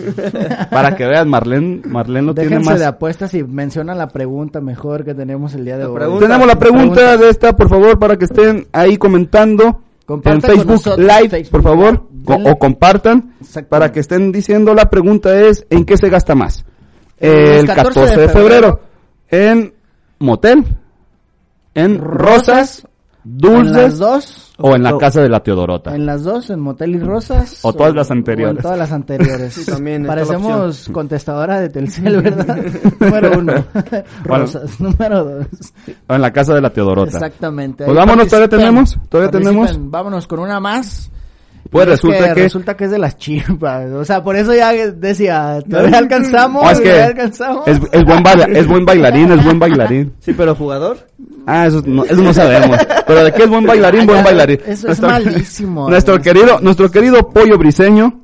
Para que veas, Marlene, Marlene no tiene Déjense más. de apuestas y menciona la pregunta mejor que tenemos el día de La hoy. pregunta. Tenemos la pregunta de esta, por favor, para que estén ahí comentando Compartan en con Facebook nosotros, Live, Facebook por favor, Live. o- o compartan Exactamente. para que estén diciendo la pregunta es ¿en qué se gasta más? El El 14, de febrero, en motel, en En rosas, las dulces dos, o en la O- casa de la Teodorota. en las dos, en Motel y Rosas. O todas las anteriores. o en todas las anteriores. Sí, también está la Parecemos contestadora de Telcel, ¿verdad? número uno. Rosas, número dos. O en la casa de la Teodorota. Exactamente. Pues Ahí vámonos, todavía participen, tenemos, todavía participen. tenemos. Vámonos con una más. Pues Es resulta que, resulta que es de las chivas. O sea, por eso ya decía, todavía alcanzamos, No, es que todavía alcanzamos. es, es buen baila- es buen bailarín, es buen bailarín. Sí, pero jugador. Ah, eso no, eso no sabemos. Pero de qué es buen bailarín, buen bailarín. Eso es malísimo. Nuestro querido, nuestro querido pollo briseño.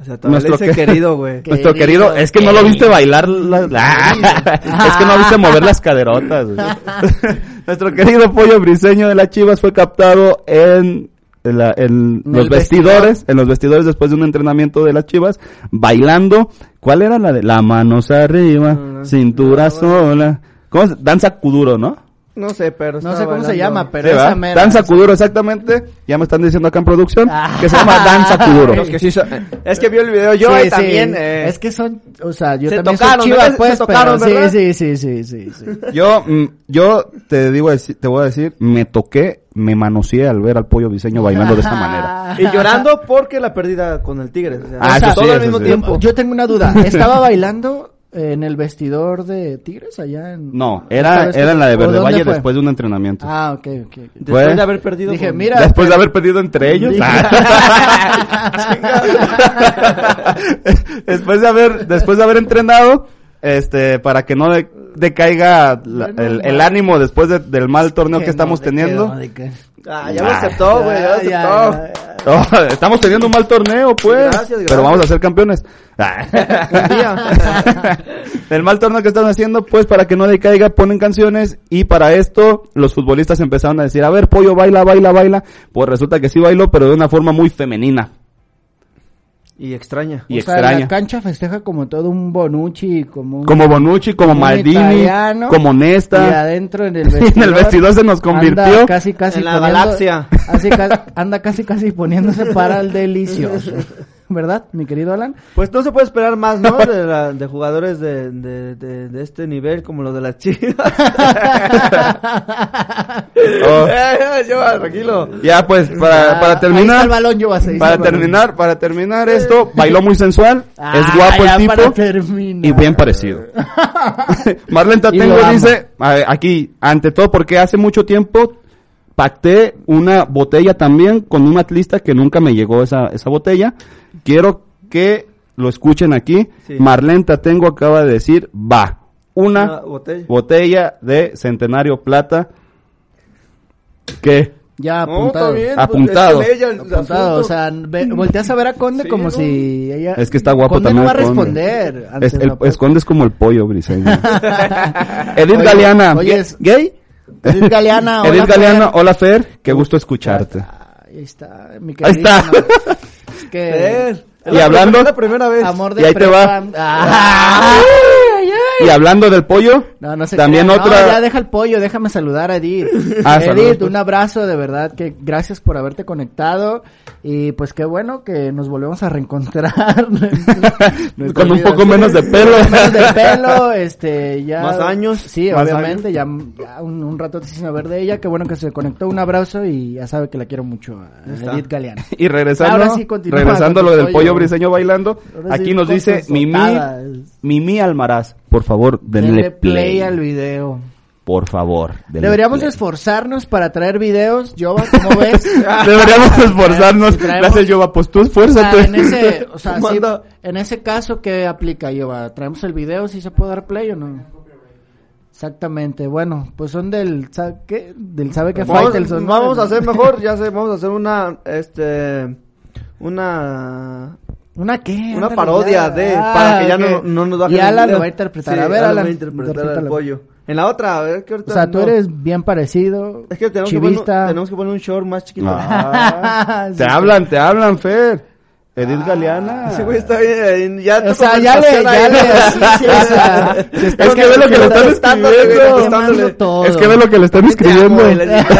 O sea, todavía le Nuestro dice que- querido, güey. Nuestro querido, es que no lo viste bailar, la- Ah. la- es que no viste mover las caderotas. güey. Nuestro querido pollo briseño de las Chivas fue captado en, la- en En los el vestidores, vestidor. en los vestidores después de un entrenamiento de las Chivas, bailando. ¿Cuál era la de la manos arriba, Mm, cintura sola? ¿Cómo se- Danza Kuduro, ¿no? No sé, pero No estaba sé cómo se bailando. llama, pero Sí, esa ¿verdad? mera. Ah. Danza Kuduro, exactamente. Ya me están diciendo acá en producción que se llama Danza Kuduro. Los que sí so- es que vio el video yo Sí, y sí. también. eh, Es que son, o sea, yo se también tocaron, soy chivas, ¿verdad? pues, Se tocaron, pero ¿verdad? sí, sí, sí, sí, sí, sí. Yo, mm, yo te digo, deci- te voy a decir, me toqué, me manoseé al ver al pollo diseño bailando de esta manera. Y llorando porque la pérdida con el Tigres. o sea, Ah, o eso sea, sí, todo al eso mismo sí. tiempo. Yo tengo una duda. ¿Estaba bailando eh, en el vestidor de Tigres allá en...? No, era, ¿Sabes qué? era la de ¿O dónde Verde Valle fue? después de un entrenamiento. Ah, ok, ok. ok. Después Fue- de haber perdido. Dije, con- mira, Después de haber perdido entre ellos. Dije- Ah. después de haber, después de haber entrenado, este, para que no de- decaiga la- el, el ánimo después de- del mal torneo que, estamos no, de teniendo. no, de que- Ah, ya lo Ah. aceptó, güey. Ya lo Ah, ya, aceptó. ya, ya. Oh, estamos teniendo un mal torneo, pues. Gracias, gracias. Pero vamos a ser campeones. Ah. El mal torneo que están haciendo, pues para que no decaiga, ponen canciones. Y para esto, los futbolistas empezaron a decir, a ver, pollo, baila, baila, baila. Pues resulta que sí bailó, pero de una forma muy femenina Y extraña. y o sea, extraña. la cancha festeja como todo un Bonucci, como un... como Bonucci, como Un Maldini, italiano. como Y Nesta. adentro en el En el vestidor. vestidor se nos convirtió anda casi, casi en la poniendo- galaxia. así ca- anda casi, casi poniéndose para el delicioso. ¿Verdad, mi querido Alan? Pues no se puede esperar más, ¿no? De, la- de jugadores de, de, de, de este nivel como los de las chivas. Oh. Eh, yo, tranquilo. Ya pues, para, para Ahí está el terminar, balón, yo vas ahí. para terminar, para terminar esto, bailó muy sensual, es guapo el Ah, Para tipo. terminar. Y bien parecido. Marlene Y Tatengo lo amo. dice, a ver, aquí, ante todo, porque hace mucho tiempo pacté una botella también con un atlista que nunca me llegó esa, esa botella. Quiero que lo escuchen aquí. Sí. Marlene Tatengo acaba de decir, va, una, Ah, Una botella. botella de Centenario Plata que... Ya No, apuntado. está bien, pues, Apuntado. es con ella el Apuntado, asunto. o sea, ve- volteas a ver a Conde Sí, como ¿no? si ella... Es que está guapo Conde también no va a el Conde. responder. ante Es, el, la puerta. escondes como el pollo, Briseño. Edith Oye, Galeana. oye, ¿gue- es- ¿Gay? Edith Galeana, hola, Edith Galeana, Fer. hola Fer, qué gusto escucharte. Ahí está, mi Ahí está. queridísimo. Es que... Ver. Y hablando- Es la primera vez. Amor Y de ahí te prepa. va. Ah. Y hablando del pollo, No, no sé. también No, ya otra. deja el pollo, déjame saludar a Edith. Ah, saludos, Edith, pues. un abrazo de verdad, que gracias por haberte conectado y pues qué bueno que nos volvemos a reencontrar. Nuestra con un vida. poco menos de pelo. Menos de pelo, este, ya. Más años. Sí, Más obviamente, ya, ya un, un rato sin saber de ella, qué bueno que se conectó, un abrazo y ya sabe que la quiero mucho a está. Edith Galeana. Y regresando, Ahora sí, continúa regresando a con lo el del pollo. pollo briseño bailando, Ahora sí, aquí nos con dice sus Mimi, sotadas. Mimi Almaraz, por favor, denle Denle play. play al video. Por favor, denle Deberíamos play. esforzarnos para traer videos, Jova, ¿cómo ves? Deberíamos esforzarnos. Si Ah, traemos- Gracias, Yoba. Pues tú O sea, esfuérzate. en ese, o sea, sí, Manda. en ese caso, ¿qué aplica, Jova? ¿Traemos el video si se puede dar play o no? Exactamente, bueno, pues son del, sa- ¿qué? Del sabe que Vamos, Faitelson, ¿no? vamos a hacer mejor, ya sé, vamos a hacer una, este, una, ¿Una qué? una Eh, Ándale, parodia ya. de, Ah, para que ya ok. no, no nos bajen Y el Alan lo video. va a interpretar, Sí, a ver, Alan va Alan, a interpretar al interprétalo. pollo. En la otra, a ver, que O ahorita sea, tú no. eres bien parecido, Es que tenemos, que poner, un- chivista. tenemos que poner un short más chiquito. Ah, sí. Te hablan, te hablan, Fer. Ah, Edith Galeana. Ese güey está bien, eh, ya tu O sea, ya le, ya conversación ahí. le, sí, sí, o sea, Es que ve lo que le están contestando, escribiendo. güey, contestándole. todo. Es que ve lo que le están escribiendo. Te amo,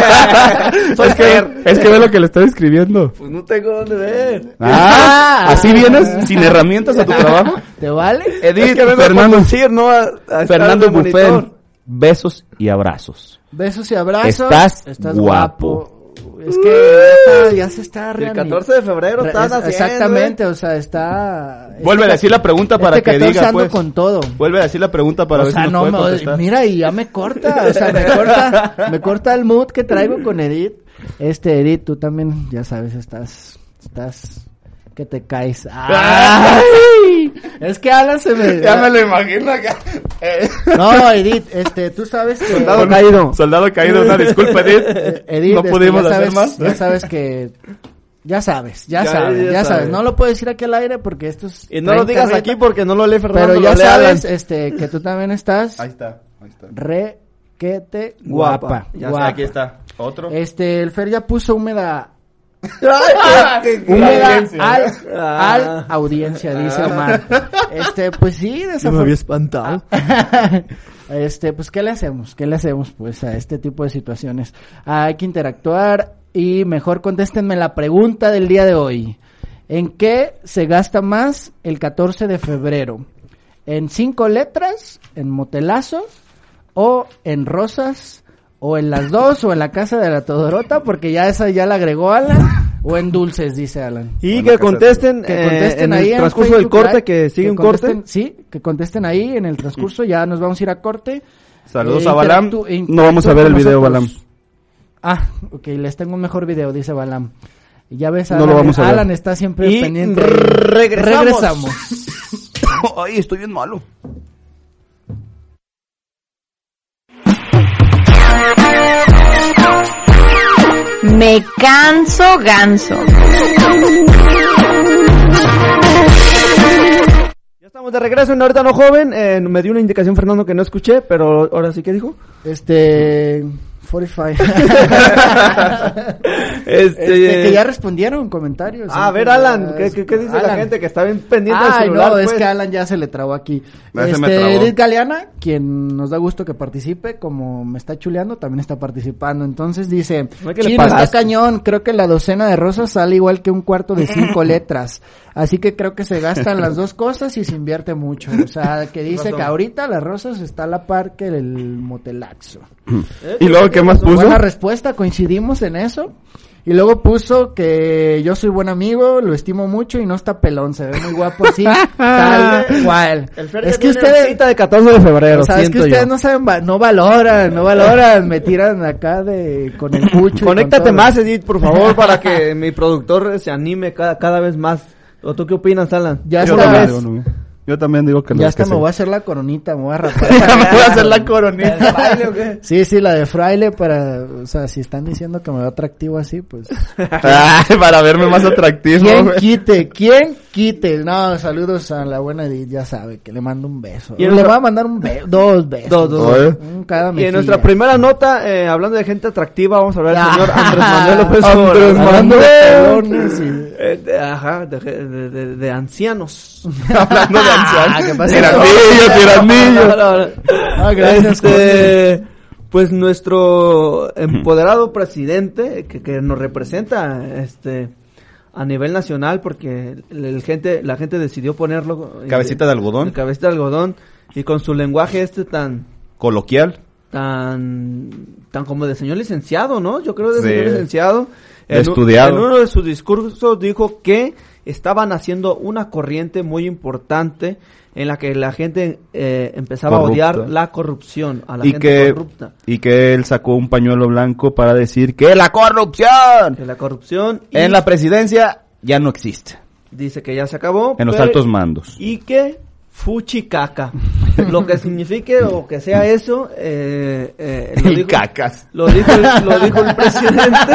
la- Soy Es que, es que ve lo que le están escribiendo. Pues no tengo dónde ver. Ah, así vienes sin herramientas a tu trabajo. ¿Te vale? Edith, que vengo a Fernando, conducir, no a- a estar Fernando en el Buffet, monitor. besos y abrazos. Besos y abrazos. Estás guapo. Es que ya, está- ya se está El reanimando. 14 de febrero están haciendo. ¿eh? Exactamente, o sea, está. Vuelve a decir la pregunta para este que 14 diga, ando pues. con todo. Vuelve a decir la pregunta para o ver sea, si no nos me- puede contestar. mira y ya me corta, o sea, me corta, me corta el mood que traigo con Edith. Este Edith, tú también, ya sabes, estás Estás que te caes. ¡Ay! Es que Alan se me. Ya me lo imagino acá. Eh. No, Edith, este, tú sabes que. Soldado caído. Soldado caído, una disculpa, Edith. Eh, Edith, no este, pudimos ya hacer sabes- más. Ya sabes que. Ya sabes, ya, Ya- sabes, ya ya, sabes. sabes. No lo puedo decir aquí al aire porque esto es. Y no lo 30 digas reta- aquí porque no lo lee Fernando. Pero lo ya lee Alan. sabes, este, que tú también estás. Ahí está, ahí está. Re que te Guapa. guapa. Ya guapa. está, aquí está. Otro. Este, el Fer ya puso húmeda. La Húmeda audiencia. Ah. al, Ah. al audiencia, dice Omar. Este, pues sí, Yo me había desafortunadamente. espantado. este, pues, ¿qué le hacemos? ¿Qué le hacemos, pues, a este tipo de situaciones? Hay que interactuar y mejor contéstenme la pregunta del día de hoy. ¿En qué se gasta más el 14 de febrero? ¿En cinco letras? ¿En motelazos? ¿O en rosas? ¿O en las dos? ¿O en la casa de la Todorota? Porque ya esa ya la agregó Alan. ¿O en dulces, dice Alan? Y Bueno, que que contesten, Que eh, contesten en ahí el en transcurso del Facebook corte, Live, que sigue un contesten- corte. Sí, que contesten ahí en el transcurso. Ya nos vamos a ir a corte. Saludos Eh, a Balam. interactú- No vamos a ver el interactúen video, con Balam. nosotros. Ah, ok, les tengo un mejor video, dice Balam. Ya ves, No Alan, lo vamos a ver. Alan está siempre Y pendiente. Regresamos. regresamos. Ay, estoy bien malo. Me canso ganso. Ya estamos de regreso en Ahorita No Joven. Eh, me dio una indicación Fernando que no escuché, pero ahora sí que dijo. Este. 45. Este, Este, que ya respondieron comentarios. Ah, A ver, Alan, ¿qué, qué, qué dice la Alan. gente que está bien pendiente del Ay, celular? no, es pues? que Alan ya se le trabó aquí. Ya se este, me trabó. Edith Galeana, quien nos da gusto que participe, como me está chuleando, también está participando. Entonces dice, Ay, que le Chino, está pagaste". cañón, creo que la docena de rosas sale igual que un cuarto de cinco letras. Así que creo que se gastan las dos cosas y se invierte mucho. O sea, que dice razón. que ahorita las rosas está a la par que el motelaxo. ¿Y luego qué más puso? Buena respuesta, coincidimos en eso. Y luego puso que yo soy buen amigo, lo estimo mucho y no está pelón, se ve muy guapo así, tal cual. El Fer Es ya que tiene una ustedes, cita de 14 de febrero, o sea, es que siento yo. ustedes no saben, va- no valoran, no valoran, me tiran acá de, con el cucho. y con Conéctate todo. más, Edith, por favor, para que mi productor se anime cada, cada vez más. ¿O tú qué opinas, Alan? Ya Yo está, también, digo, no. Yo también digo que no. ya es que hasta me sí. voy a hacer la coronita, me voy a rapar. Ya me voy a hacer la coronita. Sí, sí, la de fraile para, o sea, si están diciendo que me veo atractivo así, pues. Ay, para verme más atractivo. ¿Quién güey. quite? ¿Quién quite? No, saludos a la buena Edith, ya sabe que le mando un beso. Y Le en nuestra- va a mandar un beso, dos besos. Dos, dos, dos. Un cada Y mejilla. en nuestra primera nota, eh, hablando de gente atractiva, vamos a hablar del Ah. señor Andrés Manuel López Obrador. Andrés Hablando de Manuel. pelones y- Eh, de- ajá, de, de- de- de ancianos. Hablando de ancianos. Ah, ¿qué pasó? Tiranillo, tiranillo. Ah, gracias, Este, pues nuestro empoderado presidente que, que nos representa este a nivel nacional porque el, el gente la gente decidió ponerlo eh, Cabecita de algodón. cabecita de algodón y con su lenguaje este tan Coloquial. tan tan como de señor licenciado, ¿no? Yo creo de Sí. señor licenciado. De un- estudiado. en uno de sus discursos dijo que estaban haciendo una corriente muy importante en la que la gente eh, empezaba Corrupta. a odiar la corrupción, a la y gente que corrupta. y que él sacó un pañuelo blanco para decir que la corrupción Que la corrupción y en la presidencia ya no existe dice que ya se acabó. en los pero- altos mandos Y que fuchi caca. lo que signifique o que sea eso, eh, eh, lo El dijo- cacas. Lo dijo, el- lo dijo el presidente.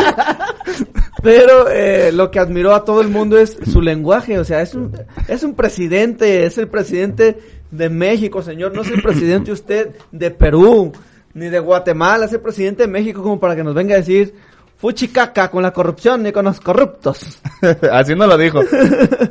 Pero eh, lo que admiró a todo el mundo es su lenguaje. O sea, es un, es un presidente, es el presidente de México, señor. No es el presidente usted de Perú, ni de Guatemala. Es el presidente de México como para que nos venga a decir fuchi caca con la corrupción y con los corruptos. así no lo dijo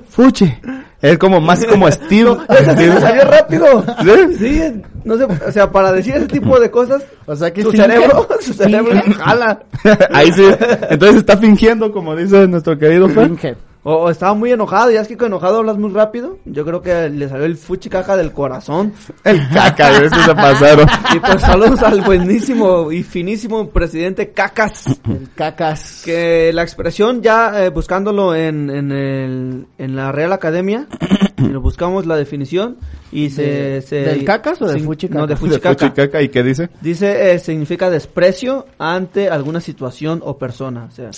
fuchi es como más como Steve, Eso sí Steve- me salió rápido. ¿Sí? Sí, no sé, o sea, para decir ese tipo de cosas, O sea que su finge- cerebro, su cerebro finge- jala. ahí sí entonces está fingiendo como dice nuestro querido Fer. finge. O, o estaba muy enojado, ya es que con enojado hablas muy rápido. Yo creo que le salió el fuchi caca del corazón. el caca de eso se pasaron Y pues saludos al buenísimo y finísimo presidente Cacas. El cacas. Que la expresión ya eh, buscándolo en, en, el- en la Real Academia, si lo buscamos la definición, Y se, ¿De- se- del cacas o de sin- fuchicaca? No, de De fuchicaca. fuchicaca, ¿y qué dice? Dice, eh, significa desprecio ante alguna situación o persona. O sea,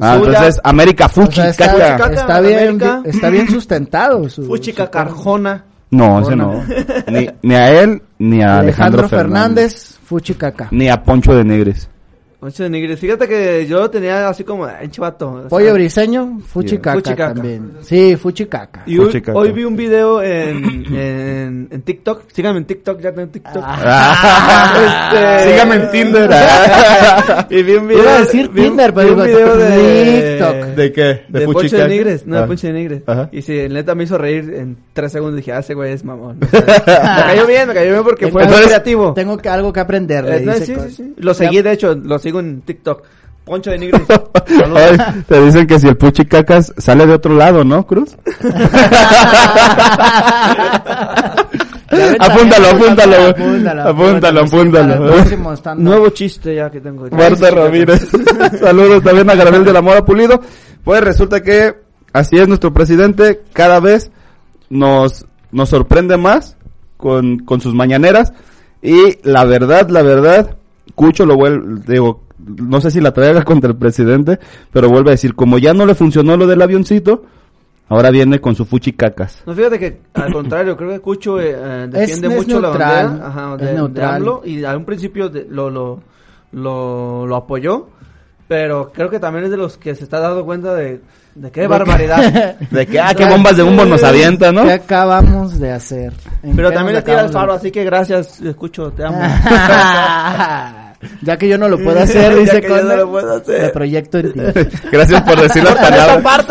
Ah, suya- entonces, América O sea, está, fuchicaca. está bien, América. está bien sustentado. Su, Fuchica Carjona. No, ese no. Ni, ni a él, ni a Alejandro, Alejandro Fernández. Fernández, fuchicaca. Ni a Poncho de Negres. Poncho de Nigris. Fíjate que yo lo tenía así como, "Ay, chivato. o sea, Pollo briseño, fuchicaca Fuchicaca. también. Sí, fuchicaca. Y hoy, Fuchicaca. hoy vi un video en, en, en TikTok. Síganme en TikTok, ya tengo TikTok. Ah. Este- Sígame en Tinder. y vi un video. Iba a decir vi un- Tinder, pero vi un digo, pues, video de TikTok. ¿De qué? De, Poncho de fuchicaca? Nigres, no, de Ah. Poncho de Nigres. Ajá. Y sí, neta me hizo reír en tres segundos. Dije, ah, ese güey es mamón. me cayó bien, me cayó bien porque fue Entonces- creativo. Tengo que, algo que aprender. le Eh, no, dice sí, cosas. sí, sí. Lo seguí, de hecho, lo sigo en TikTok. Poncho de Nigres. Saludos. Ay, te dicen que si el Puchicacas sale de otro lado, ¿no, Cruz? ven, apúntalo, también, apúntalo, apúntalo, apúntalo, apúntalo, apúntalo. para el próximo stand-up. Nuevo chiste ya que tengo. Marta Ramírez. Saludos también a Gabriel de la Mora Pulido. Pues resulta que así es nuestro presidente, cada vez nos, nos sorprende más con, con sus mañaneras. Y la verdad, la verdad, Cucho lo vuelve, digo, no sé si la traiga contra el presidente, pero vuelve a decir, como ya no le funcionó lo del avioncito, ahora viene con su fuchicacas. No, fíjate que al contrario, creo que Cucho eh, eh, defiende es mucho neutral, la bandera ajá, es de, de neutral. AMLO, y a un principio de- lo, lo, lo, lo apoyó, pero creo que también es de los que se está dando cuenta de, de qué De barbaridad. De que, ah, qué bombas de humo nos avienta, ¿no? ¿Qué acabamos de hacer? ¿En Pero qué también le nos tira el acabamos de- faro, así que gracias, Cucho, te amo. ya que yo no lo puedo hacer, Ya dice que yo no Conde, lo puedo hacer. Me proyecto en ti. Gracias por decir las palabras.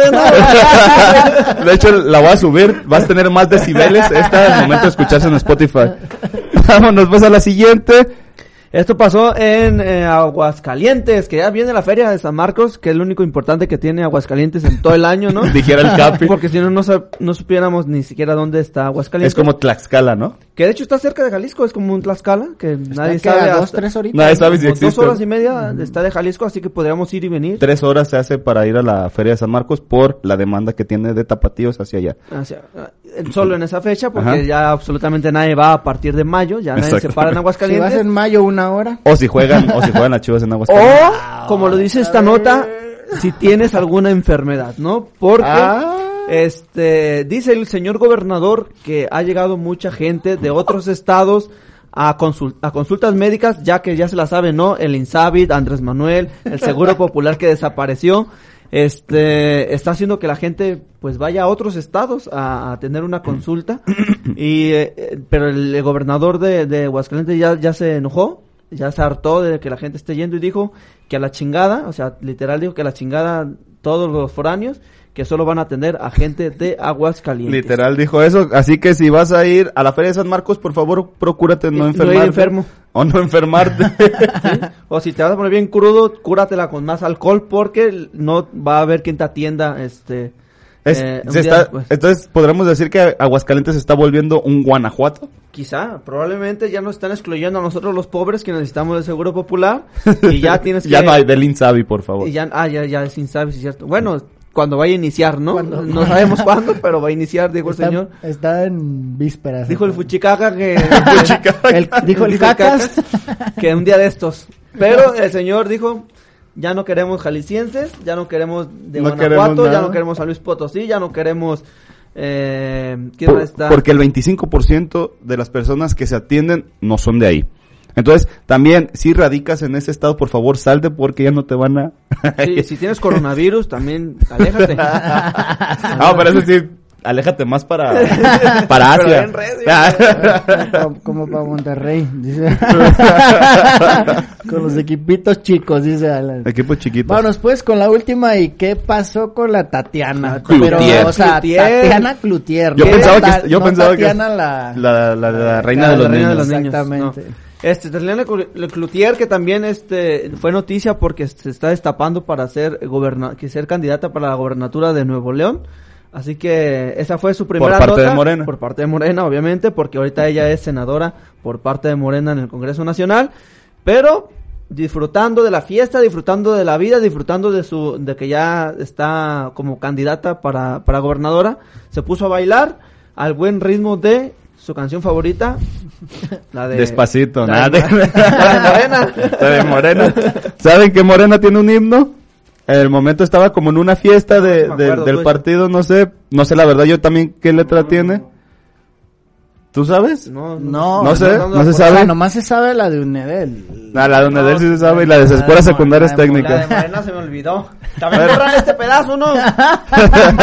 De hecho, la voy a subir. Vas a tener más decibeles. Esta al momento de escucharse en Spotify. Vámonos, pues a la siguiente. Esto pasó en eh, Aguascalientes, que ya viene la feria de San Marcos, que es lo único importante que tiene Aguascalientes en todo el año, ¿no? Dijera el Capi. Porque si no, no, sab- no supiéramos ni siquiera dónde está Aguascalientes. Es como Tlaxcala, ¿no? Que de hecho está cerca de Jalisco, es como un Tlaxcala, que nadie que a sabe. dos, hasta- tres horitas. Mm. Nadie sabe si como Dos existe. horas y media está de Jalisco, así que podríamos ir y venir. Tres horas se hace para ir a la Feria de San Marcos por la demanda que tiene de tapatíos hacia allá. Hacia- eh, solo en esa fecha, porque Ajá. ya absolutamente nadie va a partir de mayo, ya nadie se Exacto. para en Si vas Aguascalientes. en mayo una hora. O si juegan, o si juegan las chivas en Aguascalientes. O, como lo dice esta nota, si tienes alguna enfermedad, ¿no? Porque, este, dice el señor gobernador que ha llegado mucha gente de otros estados a, consul- a consultas médicas, ya que ya se la sabe, ¿no? El Insabit, Andrés Manuel, el Seguro Popular que desapareció. Este, está haciendo que la gente, pues, vaya a otros estados a, a tener una consulta. Y, eh, eh, pero el, gobernador de, de Aguascalientes ya, ya se enojó ya se hartó de que la gente esté yendo y dijo que a la chingada, o sea, literal dijo que a la chingada todos los foráneos que solo van a atender a gente de Aguascalientes. Literal dijo eso. Así que si vas a ir a la Feria de San Marcos, por favor, procúrate no No ir enfermarte. enfermo. O no enfermarte. O si te vas a poner bien crudo, cúratela con más alcohol porque no va a haber quien te atienda este Es- eh, un se día está- después. entonces, ¿podremos decir que Aguascalientes se está volviendo un Guanajuato? Quizá, probablemente ya nos están excluyendo a nosotros los pobres que necesitamos el seguro popular y ya tienes que ya no hay del Insabi, por favor. Y ya, ah, ya, ya, sin saber si es cierto. Bueno, cuando vaya a iniciar, ¿no? No sabemos cuándo, pero va a iniciar, dijo el Está, señor. está en vísperas. Dijo el fuchicaca que... El- dijo el cacas. que un día de estos. Pero el señor dijo, ya no queremos jaliscienses, ya no queremos de No queremos Guanajuato, ya nada. no queremos San Luis Potosí, ya no queremos... Eh, ¿Quién Por- más está? porque el 25% de las personas que se atienden no son de ahí. Entonces, también, si radicas en ese estado, por favor, salte porque ya no te van a... Sí, si tienes coronavirus, también aléjate. Ah, pero eso sí, aléjate más para, para Pero Asia. en redes, Como, como para Monterrey, dice. con los equipitos chicos, dice Alan. Equipo chiquito. Vámonos pues con la última y qué pasó con la Tatiana. Ah, Cloutier. Pero, o sea, Cloutier. Tatiana Cloutier. yo ¿no? pensaba Ta- que... Yo no pensaba que- Tatiana la... La, la- la reina Ah, de la los niños. reina de los niños. Exactamente. no. Este, Tatiana Clu- Le Cloutier, que también este, fue noticia porque se está destapando para ser, goberna que ser candidata para la gobernatura de Nuevo León. Así que esa fue su primera parte nota. de Morena. Por parte de Morena, obviamente, porque ahorita ella es senadora por parte de Morena en el Congreso Nacional. Pero disfrutando de la fiesta, disfrutando de la vida, disfrutando de su de que ya está como candidata para, para gobernadora, se puso a bailar al buen ritmo de su canción favorita, la de... Despacito, la nada. la de Morena. La de Morena. ¿Saben que Morena tiene un himno? En el momento estaba como en una fiesta de, Me de- acuerdo, pues. del tú- partido, no sé, no sé la verdad yo también qué letra tiene. ¿Tú sabes? No, No, No sé, no se O sea, sabe. nomás se sabe la de un nivel. Ah, la de Donedel sí se sabe y la de la de escuelas Mo- secundarias la de Mo- la La de técnicas. Morena se me olvidó. También borrar este pedazo, ¿no?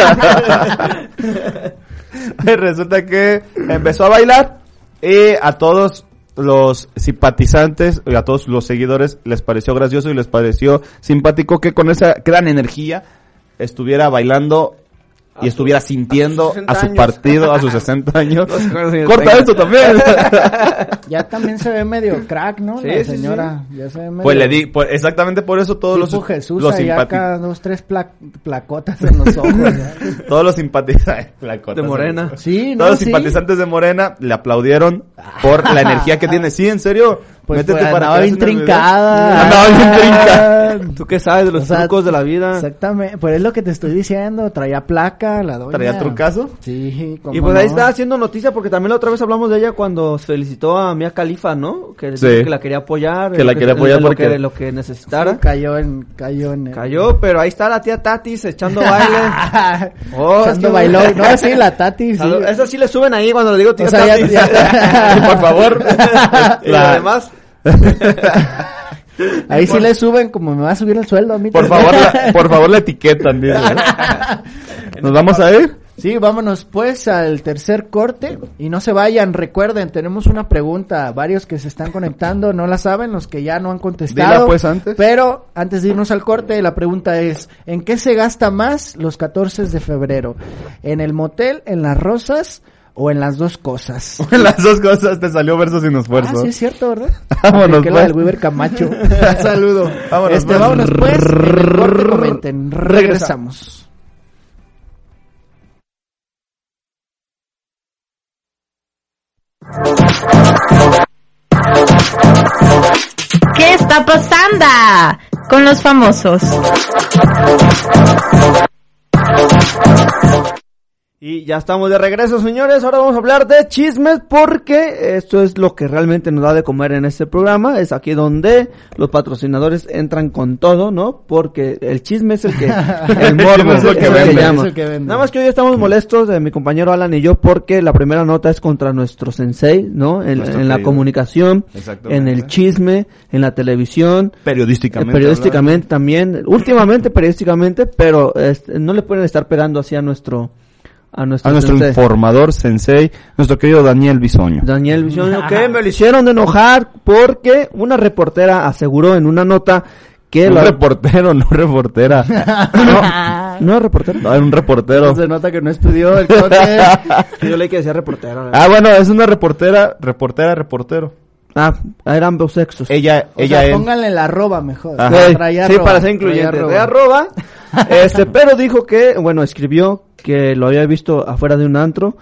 Resulta que empezó a bailar y a todos los simpatizantes y a todos los seguidores les pareció gracioso y les pareció simpático que con esa gran energía estuviera bailando y estuviera sintiendo sus 60 a su años. partido a sus 60 años. No sé cuántos años Corta tenga. esto también. Ya también se ve medio crack, ¿no? Sí, la sí, sí. señora. Ya se ve medio... Pues le di, pues exactamente por eso todos tipo los, Jesús los ahí simpati- acá dos, tres pla- placotas en los ojos. ¿no? todos los simpatizantes la corta De se Morena. Sí, no, Todos los sí. simpatizantes de Morena le aplaudieron por la energía que tiene. Sí, en serio. Pues Métete fue- para andaba bien atrás en el video. trincada. Andaba bien trincada. ¿Tú qué sabes de los O sea, trucos de la vida? Exactamente, pues es lo que te estoy diciendo, traía placa, la doña. ¿Traía trucazo? Sí, como Y pues ahí está haciendo noticia porque también la otra vez hablamos de ella cuando felicitó a Mia Khalifa, ¿no? Que, Sí. dijo que la quería apoyar. Que en la lo quería en apoyar lo porque- que- lo que necesitara. Cayó en, cayó en. Cayó, pero ahí está la tía Tatis echando baile. Oh, es que- Echando bailón. No, sí, la Tati, sí. Salud- Eso sí le suben ahí cuando le digo tía O sea, ya- Tatis. ya- Por favor. y La- además, Ahí sí le suben, como me va a subir el sueldo a mí. Por también. favor, la, por favor, la etiquetan. dile. ¿Nos vamos a ir? Sí, vámonos pues al tercer corte y no se vayan, recuerden, tenemos una pregunta, varios que se están conectando no la saben, los que ya no han contestado. Dila, pues, antes. Pero antes de irnos al corte, la pregunta es, ¿en qué se gasta más los 14 de febrero? ¿En el motel, en las rosas o en las dos cosas? Las dos cosas te salió verso sin Ah, esfuerzo. sí es cierto, ¿verdad? Vámonos, Que la pues. del Weber Camacho. Un saludo. Vámonos, Este, pues. vámonos pues, en el corte comenten. Regresamos. ¿Qué está pasando con los famosos? Y ya estamos de regreso, señores. Ahora vamos a hablar de chismes porque esto es lo que realmente nos da de comer en este programa. Es aquí donde los patrocinadores entran con todo, ¿no? Porque el chisme es el que... El morbo Es lo que el vende. llama. Es el que vende. Nada más que hoy estamos molestos, eh, mi compañero Alan y yo, porque la primera nota es contra nuestro sensei, ¿no? En, Nuestro en la querido. comunicación, Exactamente. en el chisme, en la televisión, Periodísticamente. eh, periodísticamente también, últimamente periodísticamente, pero este, no le pueden estar pegando así a nuestro a nuestro, este, A nuestro sensei. informador, sensei, nuestro querido Daniel Bisoño. Daniel Bisoño, que me lo hicieron de enojar porque una reportera aseguró en una nota que Un la- reportero, no reportera. no, no es reportera. No, era un reportero. Se nota que no estudió el corte. Yo le que decía reportera. Ah, bueno, es una reportera, reportera, reportero. Ah, eran ambos sexos. Ella, O ella sea, es. pónganle la arroba mejor. Ajá. Trae Sí, sí, arroba, para ser trae incluyente. arroba. De arroba. Este, pero dijo que, bueno, escribió que lo había visto afuera de un antro,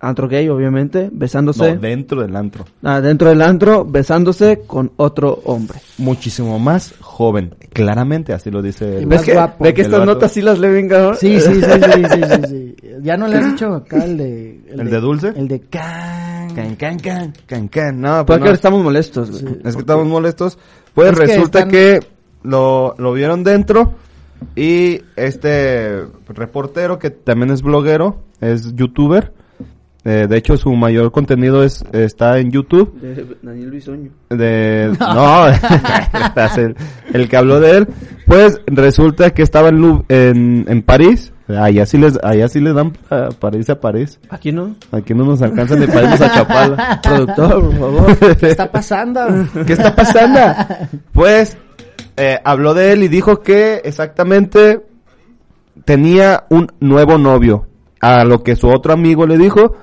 antro gay, obviamente, besándose, No, dentro del antro. ah, dentro del antro, besándose con otro hombre. Muchísimo más joven. Claramente, así lo dice. el- Más ¿Ves que, guapo. ve que El estas vato. notas sí las leen, cabrón? Sí, sí, sí, sí, sí, sí, sí. Ya no le has dicho acá el de... ¿El de dulce? El de can. Can, can, can, can, can. No, Porque pues no. ahora estamos molestos. güey. Es que estamos molestos. Pues Es que resulta están- que, lo, lo vieron dentro y este reportero que también es bloguero, es youtuber. eh, de hecho, su mayor contenido es está en YouTube. De Daniel Bisoño. de no estás el, el que habló de él pues resulta que estaba en Lu- en, en París allá sí les allá sí le dan a París a París Aquí no. aquí no nos alcanza ni para irnos a Chapala productor por favor ¿Qué está pasando? ¿Qué está pasando? Pues eh, habló de él y dijo que exactamente tenía un nuevo novio. A lo que su otro amigo le dijo,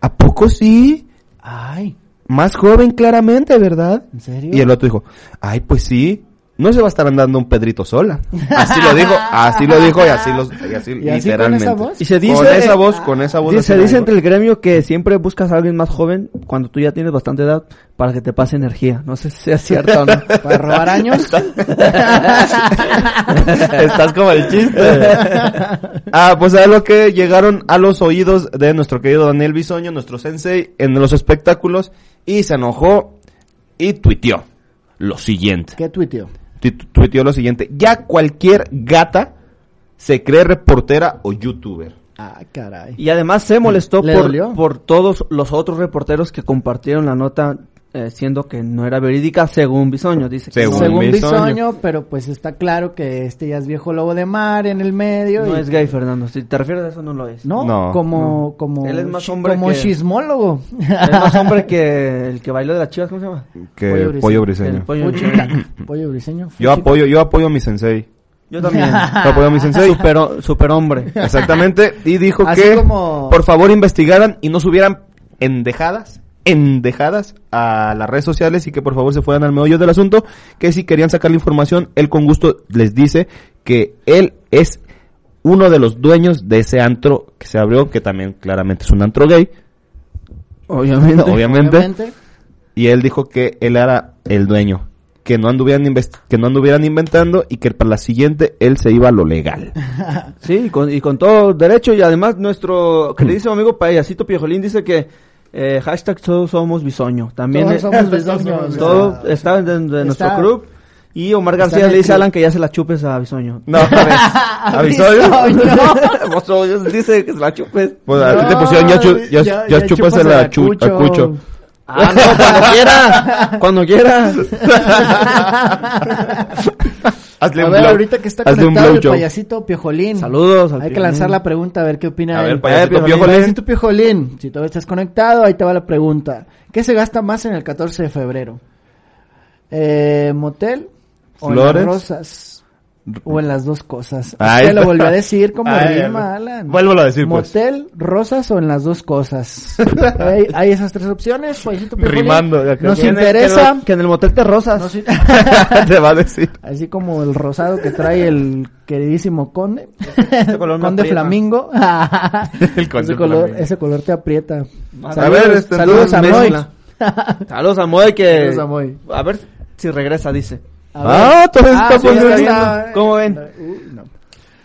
¿a poco sí? Ay, Más joven claramente, ¿verdad? ¿en serio? Y el otro dijo, ay, pues sí. no se va a estar andando un Pedrito sola. Así lo dijo, así lo dijo y así, los, y así así literalmente. con esa voz? Y se dice- con esa voz, con esa voz. Dice- así se lo dice dijo. entre el gremio que siempre buscas a alguien más joven cuando tú ya tienes bastante edad para que te pase energía. No sé si sea cierto o no. ¿Para robar años? Estás como el chiste. Ah, pues a lo que llegaron a los oídos de nuestro querido Daniel Bisoño, nuestro sensei, en los espectáculos, y se enojó y tuiteó lo siguiente. ¿Qué tuiteó? Tu- tu- Tuiteó lo siguiente. Ya cualquier gata se cree reportera o youtuber. Ah, caray. Y además se molestó ¿Le por, dolió? por todos los otros reporteros que compartieron la nota, eh, siendo que no era verídica, según Bisoño, dice. que Según no. Según Bisoño, pero pues está claro que este ya es viejo lobo de mar en el medio. No y- es gay, Fernando. Si te refieres a eso, no lo es. No, No. como, como, Él es más shi- hombre como que- chismólogo. Es más hombre que el que bailó de las chivas, ¿cómo se llama? Que Pollo briseño. pollo, briseño. El pollo Fuchita. briseño. Pollo briseño. Yo fuchi- apoyo, yo apoyo a mi sensei. Yo también. Yo apoyo a mi sensei. Super, hombre. Exactamente. Y dijo Así que como- por favor investigaran y no subieran endejadas, endejadas a las redes sociales y que por favor se fueran al meollo del asunto. Que si querían sacar la información, él con gusto les dice que él es uno de los dueños de ese antro que se abrió, que también claramente es un antro gay, Obviamente. obviamente. Y él dijo que él era el dueño. Que no, anduvieran invest- que no anduvieran inventando y que para la siguiente él se iba a lo legal. Sí, y con, y con todo derecho. Y además, nuestro queridísimo amigo Payasito Piejolín dice que eh, hashtag todos somos bisoño. También Todos eh, somos bisoños. todo está dentro de nuestro Está- club. Y Omar está en García el le dice a club. Alan que ya se la chupes a bisoño. No, a Vosotros dice que se la chupes. Pues a ti te pusieron ya, chu- ya, ya- ya ya chupas el chúpasela a achu- Cucho. a Cucho. Ah, no, cuando quiera. Cuando quiera. Hazle a un ver, blow- ahorita que está hazle un conectado el blowjob. payasito Piojolín. Saludos. al Hay que Piolín. lanzar la pregunta a ver qué opina A ver, él. payasito Eh, Piojolín. Payasito Piojolín, si todavía estás conectado, ahí te va la pregunta. ¿Qué se gasta más en el 14 de febrero? Eh, ¿Motel o en las Flores. rosas? O en las dos cosas. Ay. Te lo volvió a decir como Ay, rima, ay, Alan. vuélvelo a decir, pues. ¿Motel, rosas o en las dos cosas? hay, hay esas tres opciones, Payasito Piojolín. Rimando, ya que- Nos Que en el- interesa. Que en el motel te rosas. nos in- Te va a decir. Así como el rosado que trae el queridísimo conde. Este Ese color me conde aprieta. flamingo. El conde ese, color, flamingo. ese color te aprieta. A ver, este, saludos a Moy. entonces, mezcla. Saludos a Moy que... Saludos a Moy. A ver si regresa, dice. A ver. Ah, todo Ah, está sí, está poniendo. viendo. ¿Cómo ven? Uy, no.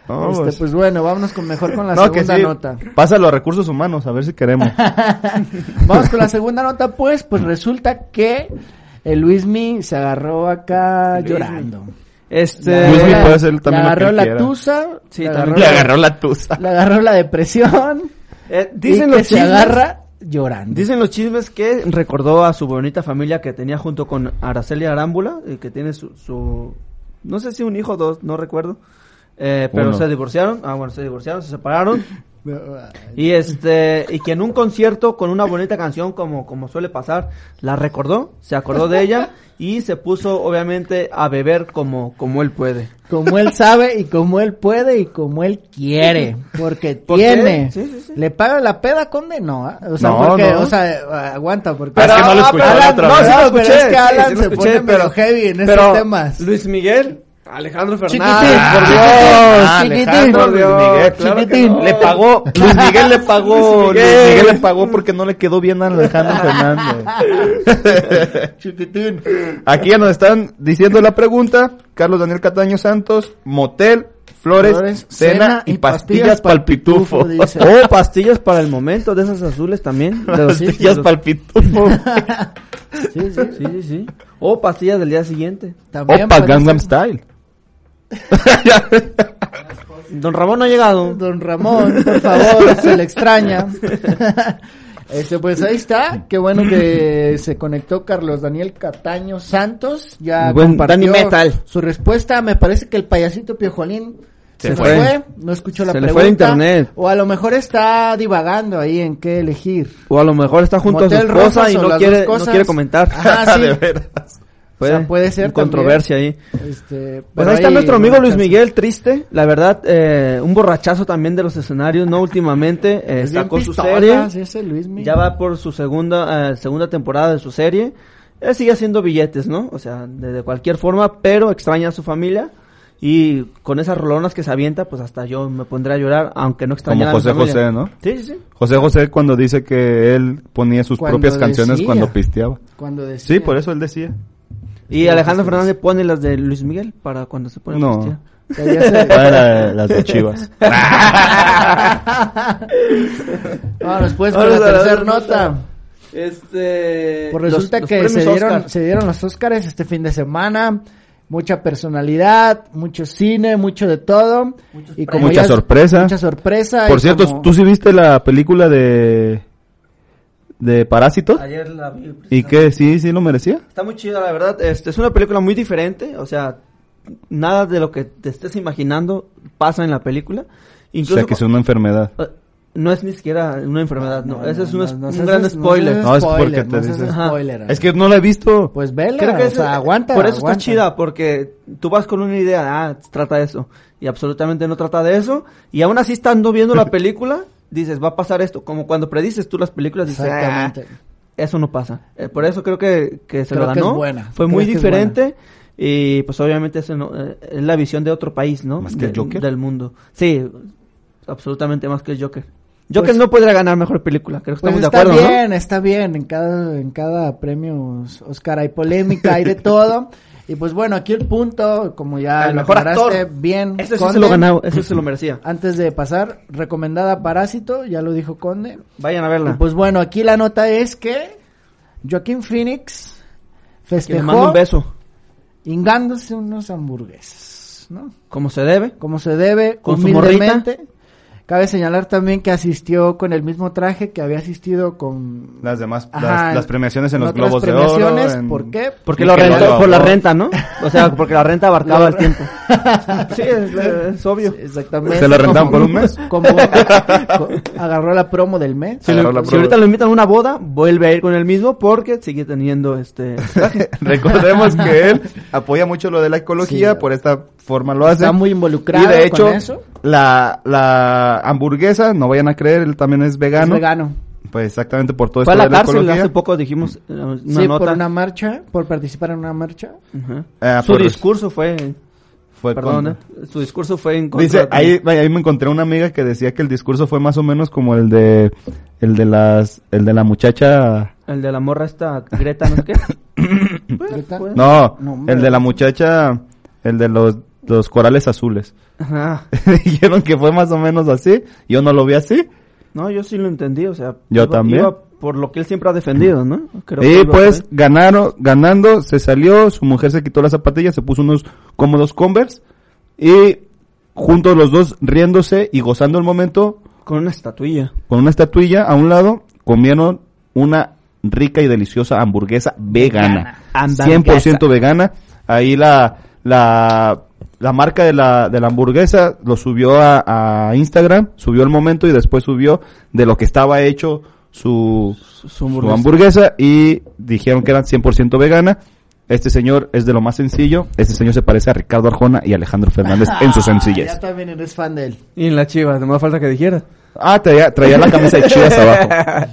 Vamos. Este, pues bueno, vámonos con, mejor con la No, que segunda sí. nota. Pásalo a recursos humanos, a ver si queremos. Vamos con la segunda nota, pues. Pues resulta que el Luismi se agarró acá llorando. Este... Luismi Le- puede ser le también lo agarró que él la quiera. tusa. Sí, le también. agarró Le la- agarró la tusa. le agarró la depresión. eh, y dicen que los se chismes... agarra llorando. Dicen los chismes que recordó a su bonita familia que tenía junto con Araceli Arámbula, eh, que tiene su, su- no sé si un hijo o dos, no recuerdo. Eh, pero Uno. se divorciaron, ah bueno, se divorciaron, se separaron. Y este, y que en un concierto con una bonita canción, como, como suele pasar, la recordó, se acordó de ella y se puso obviamente a beber como, como él puede. Como él sabe y como él puede y como él quiere. Porque ¿Por qué? tiene. Sí, sí, sí. ¿Le paga la peda, Conde? No, ¿ah? O sea, No, porque, no. o sea, aguanta, porque... Ah, es que no lo Ah, escuché pero la Alan- otra no, vez. sí lo escuché, pero es que sí, Alan sí lo se escuché, pone medio heavy en pero estos temas. Luis Miguel, Alejandro Chiquitín, Fernández, por Dios. Ah, chiquitín, Alejandro por Luis Dios, Miguel, claro que chiquitín. Le pagó, Luis Miguel le pagó, Luis Luis Miguel. Miguel, le pagó porque no le quedó bien a Alejandro Fernández. Chiquitín. Aquí ya nos están diciendo la pregunta, Carlos Daniel Cataño Santos, motel, flores, Flores, cena y pastillas pal pitufo. dice. Oh, pastillas para el momento, de esas azules también. de los- Pastillas de los- pal pitufo. Sí, sí, Sí, sí, sí. O pastillas del día siguiente. También Opa, parece- Gangnam Style. Don Ramón no ha llegado. Don Ramón, por favor, se le extraña. Este, pues ahí está. Qué bueno que se conectó Carlos Daniel Cataño Santos. Ya Buen compartió Dani Metal. su respuesta. Me parece que el payasito Piojolín se, Se nos fue. fue. No escuchó la Se le pregunta. fue el internet. O a lo mejor está divagando ahí en qué elegir. O a lo mejor está junto a Motel su esposa Rosas y o no las quiere, dos no cosas. quiere comentar. Ajá, sí. De veras. O sea, puede ser un Controversia ahí. Este, Pues pero ahí está nuestro amigo no Luis alcanza. Miguel, triste, la verdad, eh, un borrachazo también de los escenarios, ¿no? Últimamente eh, Es bien sacó su pistola, serie, sí, ese Luis Miguel. ya va por su segunda eh, segunda temporada de su serie, él sigue haciendo billetes, ¿no? O sea, de, de cualquier forma, pero extraña a su familia. Y con esas rolonas que se avienta, pues hasta yo me pondré a llorar, aunque no extrañara Como a mi José familia. José, ¿no? Sí, sí, sí. José José cuando dice que él ponía sus Cuando propias canciones decía. cuando pisteaba. Cuando Sí, por eso él decía. Y Alejandro Fernández pone las de Luis Miguel para cuando se pone a No. pistear. Ya se- Para la- Ah, las de Chivas. Vamos pues con la Vamos a tercera otra nota. Este. Pues resulta los- los que se premios dieron, Oscar. se dieron los Óscares este fin de semana. Mucha personalidad, mucho cine, mucho de todo. Y como Mucha ya es- sorpresa. Mucha sorpresa. Por y cierto, como- ¿tú sí viste la película de de Parásitos? Ayer la vi. pues, ¿Y qué? ¿Sí, sí lo merecía? Está muy chida, la verdad. Este, es una película muy diferente. O sea, nada de lo que te estés imaginando pasa en la película. Incluso o sea, que es una enfermedad. Eh, No es ni siquiera una enfermedad, no. Ese es un, es- no, no un seas- gran no seas spoiler. No, es porque te no seas dicen. spoiler, Ajá. Es que no la he visto. Pues vela, Creo que o ese- sea, aguanta. Por eso aguanta. está chida, porque tú vas con una idea, ah, trata de eso. Y absolutamente no trata de eso. Y aún así estando viendo la película, dices, va a pasar esto. Como cuando predices tú las películas, dices, Exactamente. "Ah, eso no pasa. Eh, por eso creo que, que se Creo lo que ganó. es buena. Fue Creo muy que es diferente. Y pues obviamente eso no, eh, es la visión de otro país, ¿no? ¿Más que el De- Joker? Del mundo. Sí, absolutamente más que el Joker. Joker Pues- no podría ganar mejor película, creo que Pues estamos de está acuerdo, ¿no? bien, está bien. En cada, en cada premio Oscar hay polémica, hay de todo. Y pues bueno, aquí el punto, como ya El lo mejor aclaraste actor. bien. Ese sí Conde. se lo ganaba, ese se lo merecía. Antes de pasar, recomendada Parásito, ya lo dijo Conde. Vayan a verla. Y pues bueno, aquí la nota es que Joaquín Phoenix que le festejó mando un beso, hingándose unos hamburguesas, ¿no? como se debe. Como se debe, Con su humildemente. Cabe señalar también que asistió con el mismo traje que había asistido con... Las demás, las- Ajá, las, premiaciones en los otras Globos de Oro. premiaciones, en- ¿Por qué? Porque lo Miguel rentó, por la Salvador. renta, ¿no? O sea, porque la renta abarcaba el tiempo. Sí, es, es obvio. Exactamente. ¿Te la rentaban por un mes? Como- co- agarró la promo del mes. Si, Agarró lo- la si prueba. ahorita lo invitan a una boda, vuelve a ir con el mismo porque sigue teniendo este traje. Recordemos que él apoya mucho lo de la ecología, Sí. por esta forma lo hace. Está muy involucrado Y de hecho, con eso. La, la hamburguesa, no vayan a creer, él también es Es vegano. vegano. Pues exactamente por todo Fue esto a de la la cárcel ecología. hace poco, dijimos eh, una sí, nota. por una marcha, por participar en una marcha. Ajá. Ah, Su por- discurso fue... Fue Perdón, con- eh, su discurso fue en contra Dice, de- ahí, ahí me encontré una amiga que decía que el discurso fue más o menos como el de el de las el de la muchacha El de la morra esta Greta, ¿no sé qué? Pues, Greta. pues. no, No, hombre. el de la muchacha el de los los corales azules. Ajá. Dijeron que fue más o menos así, yo no lo vi así. No, yo sí lo entendí, o sea... Yo iba- también. iba por lo que él siempre ha defendido, ¿no? Creo que Y iba pues por ahí. ganaron, ganando, se salió, su mujer se quitó las zapatillas, se puso unos cómodos Converse y juntos los dos riéndose y gozando el momento Con una estatuilla. con una estatuilla a un lado, comieron una rica y deliciosa hamburguesa vegana. Hamburguesa. 100% vegana. Ahí la, la, la marca de la, de la hamburguesa lo subió a, a Instagram, subió el momento y después subió de lo que estaba hecho su, Su su hamburguesa y dijeron que eran 100% vegana. Este señor es de lo más sencillo. Este señor se parece a Ricardo Arjona y Alejandro Fernández en su Ah, ya sencillez. también eres fan de él. Y en la chivas, no me falta que dijeras. Ah, traía, traía la camisa de chivas abajo.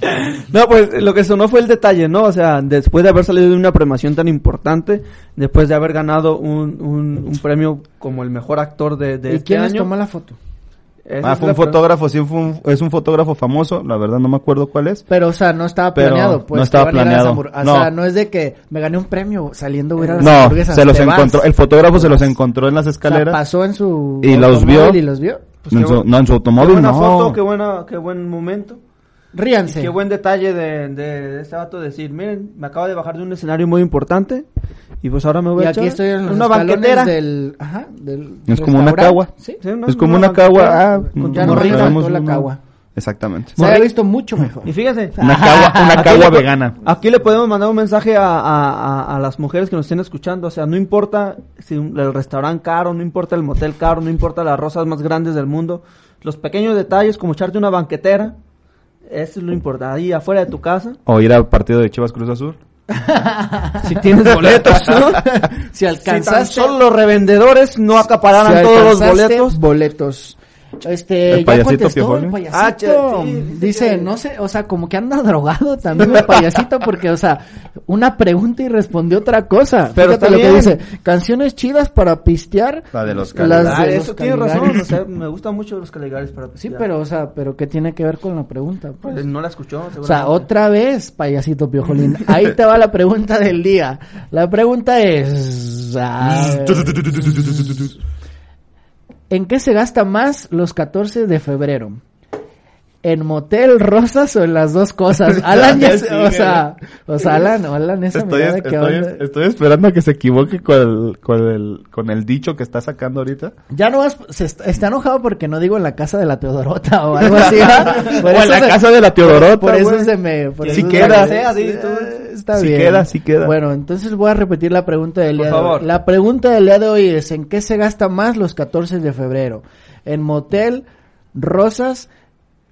No, pues lo que sonó fue el detalle, ¿no? O sea, después de haber salido de una premiación tan importante, después de haber ganado un, un, un premio como el mejor actor de, de ¿Y este quién les año. tomó la foto? Esa Ah, es fue la un pre- fotógrafo, sí, fue un- es un fotógrafo famoso, la verdad no me acuerdo cuál es. Pero, o sea, no estaba Pero planeado. Pues, no estaba que van a ir a las planeado, hamburg- O no. sea, no es de que me gané un premio saliendo voy a ir a las No, hamburguesas. se los te vas. encontró, el fotógrafo se los vas. encontró en las O sea, escaleras. pasó en su Y los vio. automóvil y los vio. Pues En qué su- bueno. no, en su Qué automóvil, buena no. foto, qué, buena, qué buen momento. Y Ríanse. Qué buen detalle de, de este vato decir, miren, me acabo de bajar de un escenario muy importante y pues ahora me voy Y a aquí echar estoy en los una escalones banquetera. del... Ajá, del Es como una restaurante. cagua. Sí. Sí, Es como una banquetera cagua. Ah, con no, ya tu no morrita. renta. sabemos, la no. cagua. Exactamente. Se había visto mucho mejor. Y fíjense, Una cagua, una Aquí le cagua po- vegana. Aquí le podemos mandar un mensaje a, a- a- a las mujeres que nos estén escuchando. O sea, no importa si un- el restaurante caro, no importa el motel caro, no importa las rosas más grandes del mundo. Los pequeños detalles, como echarte una banquetera, eso es lo importante. Ahí afuera de tu casa, O ir al partido de Chivas Cruz Azul. si tienes boletos, ¿no? Si Si tan alcanzaste... solo los revendedores no acapararan si todos los alcanzaste boletos. Boletos. Este, El ya payasito contestó Piojol, el ¿eh? payasito. Ah, che, sí, dice, no sé, o sea, como que anda drogado también el payasito porque, o sea, una pregunta y respondió otra cosa. Pero Fíjate está lo que bien. dice, canciones chidas para pistear. La de los Las Ah, de eso los tiene Caligaris. razón, o sea, me gustan mucho los caligares para Sí, pistear. pero, o sea, pero ¿qué tiene que ver con la pregunta? pues? Pues no la escuchó, O sea, seguramente. otra vez, payasito piojolín. Ahí te va la pregunta del día. La pregunta es... a ver, ¿En qué se gasta más los 14 de febrero? ¿En motel, rosas o en las dos cosas? Alan ya se- o sea, o sea, Alan, Alan, esa Estoy, mirada que estoy- onda- estoy esperando a que se equivoque con el, con, el, con el dicho que está sacando ahorita. Ya no vas, se est- está enojado porque no digo en la casa de la Teodorota o algo así. ¿verdad? Por O en eso la se- casa de la Teodorota, Por eso güey. se me. Por Sí eso se queda. me- Sea, di tú. Eh, Está Sí bien. queda, sí queda. Bueno, entonces voy a repetir la pregunta del Por día de hoy. favor. La pregunta del día de hoy es: ¿en qué se gasta más los 14 de febrero? ¿En motel, rosas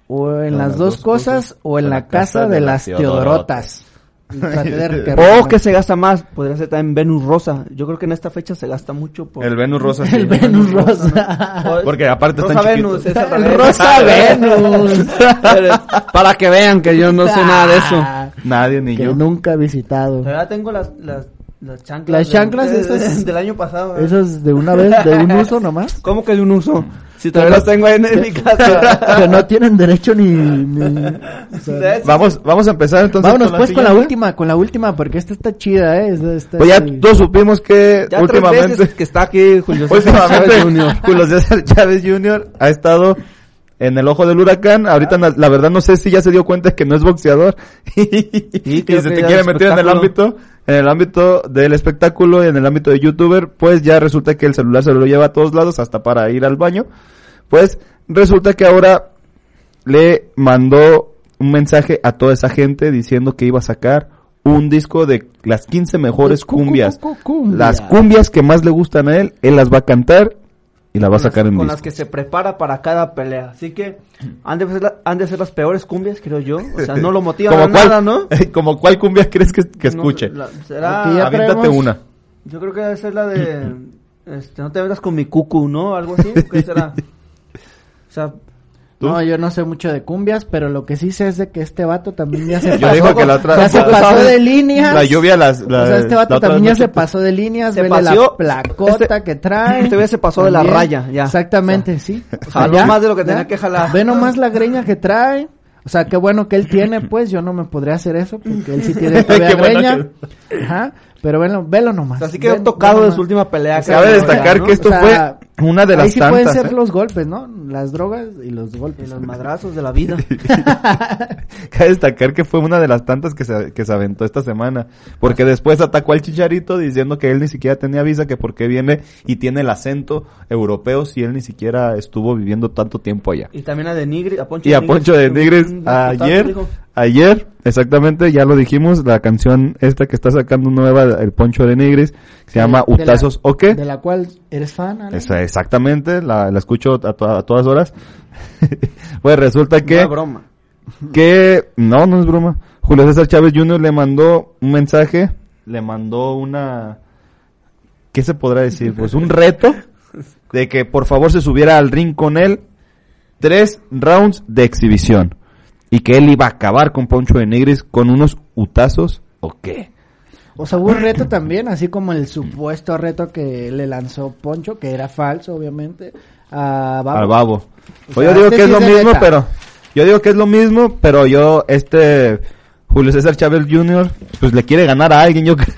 o en las dos, cosas, o en la casa de, las Teodorotas? Traté de O recordar. que se gasta más, podría ser también Venus Rosa. Yo creo que en esta fecha se gasta mucho por... El Venus Rosa. sí. El Venus Rosa. por- Porque aparte Rosa están Venus, chiquitos. es al El revés. Rosa Venus. Para que vean que yo no sé nada de eso. Nadie ni que yo. nunca he visitado. Ahora tengo las, las, las chanclas. Las de- chanclas de- esas- del año pasado. ¿eh? Eso es de una vez, de un uso nomás. ¿Cómo que de un uso? Si todavía las tengo ahí en, en mi casa. que no tienen derecho ni... ni- o sea, De- Vamos, vamos a empezar entonces. vámonos con pues con la siguiente. última, con la última, porque esta está chida, ¿eh? Esta- esta- Pues ya todos supimos que Ya tres últimamente. Pues, veces que está aquí Julio César Últimamente, Chávez Jr.. Julio César Chávez Jr. ha estado en el ojo del huracán. Ahorita, na- la verdad, no sé si ya se dio cuenta que no es boxeador. y creo se que te ya quiere el meter en el espectáculo. ámbito, en el ámbito del espectáculo y en el ámbito de youtuber, pues ya resulta que el celular se lo lleva a todos lados, hasta para ir al baño. Pues resulta que ahora le mandó un mensaje a toda esa gente diciendo que iba a sacar un disco de las 15 mejores Cu, cu, cu, cumbias. cu, cumbias. Las cumbias que más le gustan a él, él las va a cantar y las va a con sacar las, en con disco. las que se prepara para cada pelea. Así que han de, ser la- han de ser las peores cumbias, creo yo. O sea, no lo motiva ¿Como cuál, nada, ¿no? como cuál cumbia crees que, que No, escuche? la- será- Porque ya Aviéntate traemos- una. Yo creo que debe ser la de. este, no te metas con mi cucu, ¿no? Algo así. ¿Qué será? O sea, No, yo no sé mucho de cumbias, pero lo que sí sé es de que este vato también ya se Yo pasó. digo que la otra... ya se la- pasó la- de líneas. La lluvia las... La, o sea, este la vato otra también ya noche pues, se te- pasó de líneas, Se vele paseó- la placota este- que trae. este güey se pasó de la También. raya, ya. Exactamente, sí. O jaló más de lo que tenía que jalar. Ve nomás la greña que trae. O sea, qué bueno que él tiene, pues, yo no me podría hacer eso, porque él sí tiene todavía Qué bueno greña. Ajá, pero velo, velo Ah, nomás. así quedó Ve- tocado ve de nomás. su última pelea. que Cabe ganó, destacar ¿no? que esto O sea, fue una de Ahí las sí pueden tantas. ser ¿eh? los golpes, ¿no? Las drogas y los golpes. Y los madrazos de la vida. Cabe destacar que fue una de las tantas que se, que se aventó esta semana. Porque después atacó al chicharito diciendo que él ni siquiera tenía visa, que por qué viene y tiene el acento europeo si él ni siquiera estuvo viviendo tanto tiempo allá. Y también a de Nigris, a Poncho Y a Nigris, Poncho de un- Nigris un- un putazo, ayer, dijo. ayer, exactamente, ya lo dijimos, la canción esta que está sacando nueva, el Poncho de Nigris, que se llama De la- Utazos o qué. De la cual eres fan, Alan. Esa- exactamente, la, la escucho a, to- a todas horas. pues resulta que... Una broma. que no, no es broma. Julio César Chávez Jr. le mandó un mensaje, le mandó una ¿qué se podrá decir? Pues un reto de que por favor se subiera al ring con él tres rounds de exhibición y que él iba a acabar con Poncho de Nigris con unos utazos o qué. O sea, hubo un reto también, así como el supuesto reto que le lanzó Poncho, que era falso, obviamente, a Babo. Al babo. O sea, Pues yo digo este que es sí lo se mismo, neta. pero yo digo que es lo mismo, pero yo este Julio César Chávez Jr. pues le quiere ganar a alguien, yo creo.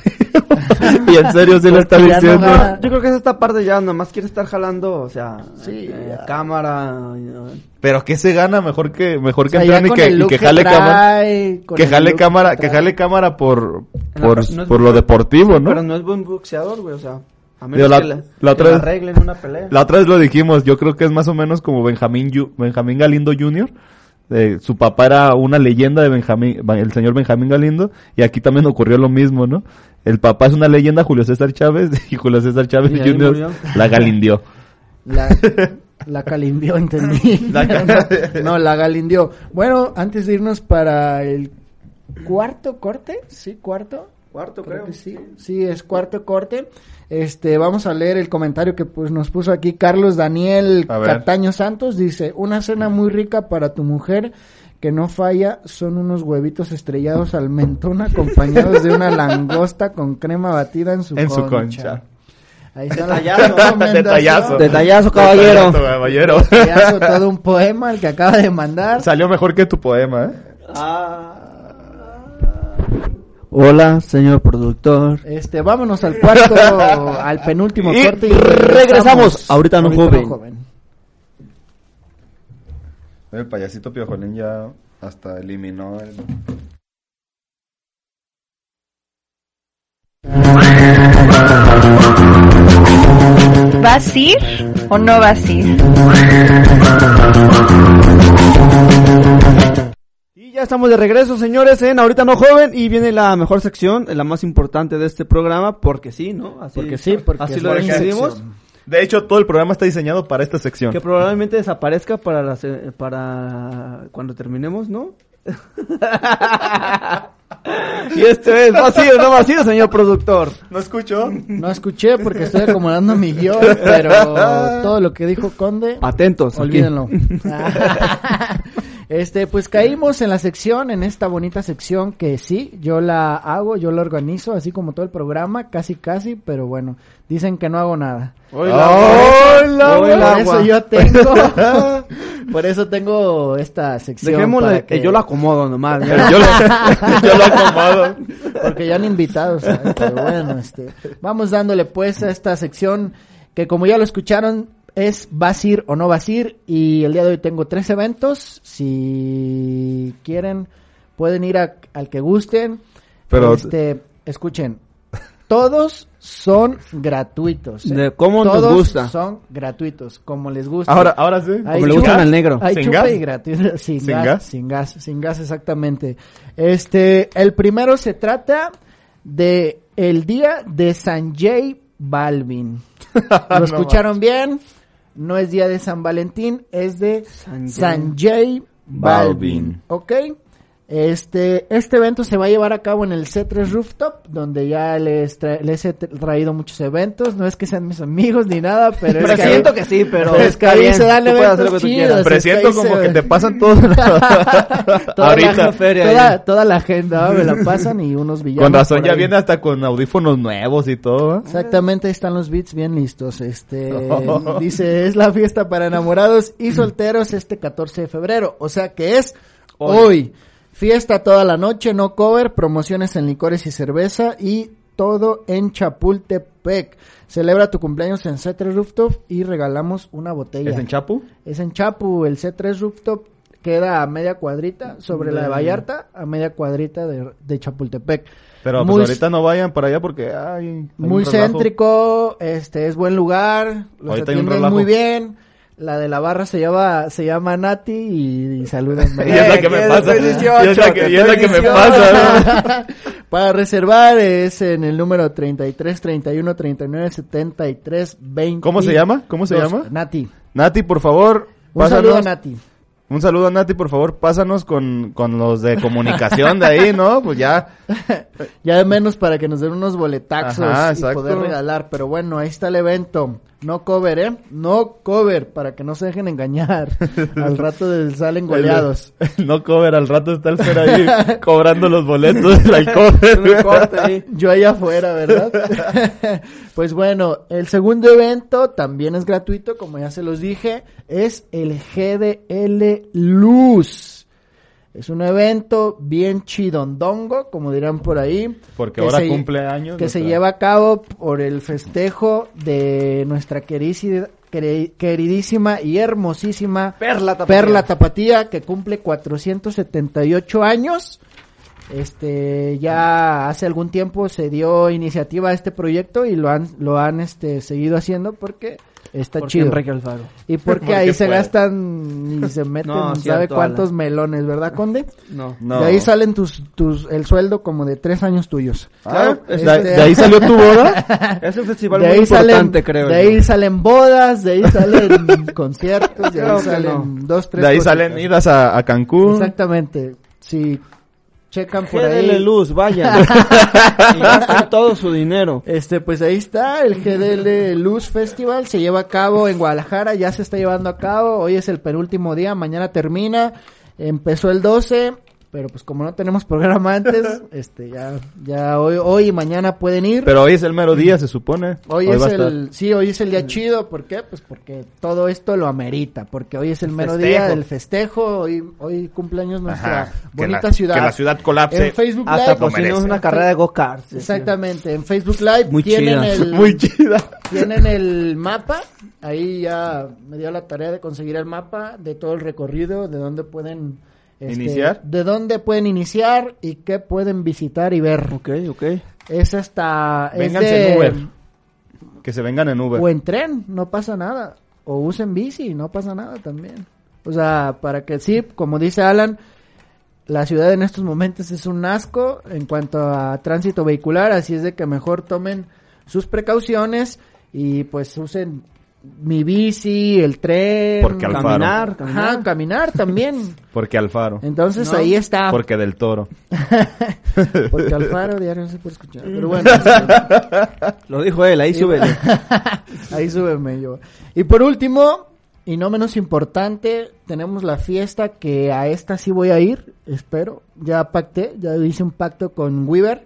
y en serio sí lo está Porque ya no diciendo. gana. Yo creo que es esta parte ya, nomás quiere estar jalando, o sea, Sí, eh, ya. cámara. eh, Pero que se gana mejor que mejor O que sea, ya Antonio y con que, el y look que jale trae, cámara, con que el jale look cámara, trae. que jale cámara por En la- por, no es por lo mucho, deportivo, ¿no? Pero no es buen boxeador, güey, o sea, a menos Digo, la- que le- la otra que le vez- arreglen una pelea. La otra vez lo dijimos, yo creo que es más o menos como Benjamín, Yu- Benjamín Galindo Jr. Eh, su papá era una leyenda de Benjamín, ba- el señor Benjamín Galindo, y aquí también ocurrió lo mismo, ¿no? El papá es una leyenda, Julio César Chávez, y Julio César Chávez Y ahí Jr. murió. la galindió. La, la calimbió, entendí. La ca- no, no, la galindió. Bueno, antes de irnos para el cuarto corte, sí, cuarto. Cuarto, creo. Creo que sí. Sí, es cuarto corte. Este, vamos a leer el comentario que pues nos puso aquí Carlos Daniel A ver. Cataño Santos. Dice, una cena muy rica para tu mujer que no falla son unos huevitos estrellados al mentón acompañados de una langosta con crema batida en su En su concha. concha. Ahí está la Detallazo. recomendación. Detallazo. Detallazo, caballero. Detallazo, caballero. Detallazo, todo un poema el que acaba de mandar. Salió mejor que tu poema, ¿eh? Hola, señor productor. Este, vámonos al cuarto, al penúltimo Y corte. regresamos. Ahorita no joven. El payasito Piojolín ya hasta eliminó el... ¿Vas a ir o no vas a ir? Y ya estamos de regreso, señores, en Ahorita No Joven. Y viene la mejor sección, la más importante de este programa, porque sí, ¿no? Así, Porque sí, porque así es lo buena decidimos. sección. De hecho, todo el programa está diseñado para esta sección. Que probablemente desaparezca para, la se- para cuando terminemos, ¿no? y esto es vacío, no vacío, señor productor. ¿No escucho? No escuché porque estoy acomodando mi guión, pero todo lo que dijo Conde, Atentos. aquí. olvídenlo. Este, pues caímos en la sección, en esta bonita sección que sí, yo la hago, yo la organizo, así como todo el programa, casi casi, pero bueno, dicen que no hago nada. ¡Hola! Hoy el por agua. eso yo tengo, por eso tengo esta sección. Dejémosle para que yo lo acomodo nomás. ¿no? Yo lo, yo lo acomodo. Porque ya han invitado, ¿sabes? Pero bueno, este, vamos dándole pues a esta sección que como ya lo escucharon es vas a ir o no vas a ir y el día de hoy tengo tres eventos, si quieren pueden ir a- al que gusten, Pero- este, escuchen, todos son gratuitos. ¿eh? De cómo nos todos gusta. son gratuitos, como les gusta. Ahora, ahora sí. Ahí Como le gustan chupa- al negro. Hay ¿Sin chupa gas? y gratis. Sin, ¿Sin gas, gas? Sin gas, sin gas, exactamente. Este, el primero se trata de el día de San J Balvin. ¿Lo No escucharon bien? No es día de San Valentín, es de San J. San J Balvin. Balvin. ¿Ok? Este, este evento se va a llevar a cabo en el C3 Rooftop, donde ya les, tra- les he traído muchos eventos. No es que sean mis amigos ni nada, pero, Pero es que ahí- siento que sí, pero. es que está ahí bien, se dan tú puedes hacer lo que eventos tú quieras. chidos. Presiento es que ahí como se- que te pasan todos los... toda Ahorita. La, Feria ahí. toda, toda la agenda ¿va? me la pasan y unos villanos. Con razón por ya ahí. viene hasta con audífonos nuevos y todo. ¿eh? Exactamente, ahí están los beats bien listos. Este dice, es la fiesta para enamorados y solteros este 14 de febrero, o sea que es hoy. Fiesta toda la noche, no cover, promociones en licores y cerveza y todo en Chapultepec. Celebra tu cumpleaños en C3 Rooftop y regalamos una botella. ¿Es en Chapu? Es en Chapu, el C3 Rooftop queda a media cuadrita sobre la de Vallarta, a media cuadrita de, de Chapultepec. Pero Muy- pues ahorita no vayan para allá porque ay, hay un Muy relajo. céntrico, este es buen lugar, los Ahorita hay un atienden relajo. muy bien. La de la barra se llama se llama Nati y, y saludan. Y es la que me pasa. Y es la que, y es la que me pasa. ¿no? Para reservar es en el número 33 31 39 73 20. ¿Cómo se llama? ¿Cómo se llama? Nati. Nati, por favor. Un saludo a pásanos- Nati. Un saludo a Nati, por favor. Pásanos con, con los de comunicación de ahí, ¿no? Pues ya. Ya de menos para que nos den unos boletaxos Ajá, y exacto. poder regalar. Pero bueno, ahí está el evento. No cover, ¿eh? No cover, para que no se dejen engañar. Al rato del- salen goleados. No cover, al rato está el Fer ahí cobrando los boletos del cover. Corte ahí. Yo allá afuera, ¿verdad? pues bueno, el segundo evento también es gratuito, como ya se los dije, es el GDL Luz. Es un evento bien chidondongo, como dirán por ahí. Porque que ahora se- cumple años. que se nuestra- lleva a cabo por el festejo de nuestra querisi- queri- queridísima y hermosísima Perla tapatía. Perla Tapatía, que cumple 478 años. Este, ya hace algún tiempo se dio iniciativa a este proyecto y lo han, lo han, este, seguido haciendo porque está Porque chido. Enrique Alfaro. Y porque, Porque ahí se puede. gastan y se meten, No, ¿sabe cierto, cuántos melones, verdad, Conde? No. No. De ahí salen tus, tus, el sueldo como de tres años tuyos. Ah, Claro, de, ahí- este- de ahí salió tu boda. Es un festival de muy ahí importante, salen, creo. De yo. ahí salen bodas, de ahí salen conciertos, de ahí Creo que salen no. dos, tres. De ahí cositas. salen idas a, a Cancún. Exactamente. Si checan por GDL ahí. Luz, vayan. y gastan todo su dinero. Este, pues ahí está, el GDL Luz Festival se lleva a cabo en Guadalajara, ya se está llevando a cabo, hoy es el penúltimo día, mañana termina, empezó el 12, pero pues como no tenemos programa antes, este, ya, ya hoy, hoy y mañana pueden ir. Pero hoy es el mero día, se supone. Hoy, va es a estar. el, sí, hoy es el día chido, ¿por qué? Pues porque todo esto lo amerita, porque hoy es el mero día festejo. del festejo, hoy, hoy cumpleaños nuestra Ajá, que bonita la- ciudad. que la ciudad colapse En Facebook hasta Live. lo merece. una carrera de go-karts. Exactamente, en Facebook Live Muy tienen chida. el... Muy chida. Tienen el mapa, ahí ya me dio la tarea de conseguir el mapa de todo el recorrido, de dónde pueden... este, ¿Iniciar? De dónde pueden iniciar y qué pueden visitar y ver. Ok, ok. Es hasta... Vénganse es de- en Uber. Que se vengan en Uber. o en tren, no pasa nada. O usen bici, no pasa nada también. O sea, para que sí, como dice Alan, la ciudad en estos momentos es un asco en cuanto a tránsito vehicular, así es de que mejor tomen sus precauciones y pues usen mi bici, el tren, Porque Alfaro. Caminar, caminar. Ajá, caminar también. Porque Alfaro. Entonces ahí está. Porque del toro. Porque Alfaro diario no se puede escuchar. Pero Mm. bueno, sí. Lo dijo él, ahí Sí. súbele. Ahí súbeme yo. Y por último, y no menos importante, tenemos la fiesta que a esta sí voy a ir, espero. Ya pacté, ya hice un pacto con Weaver.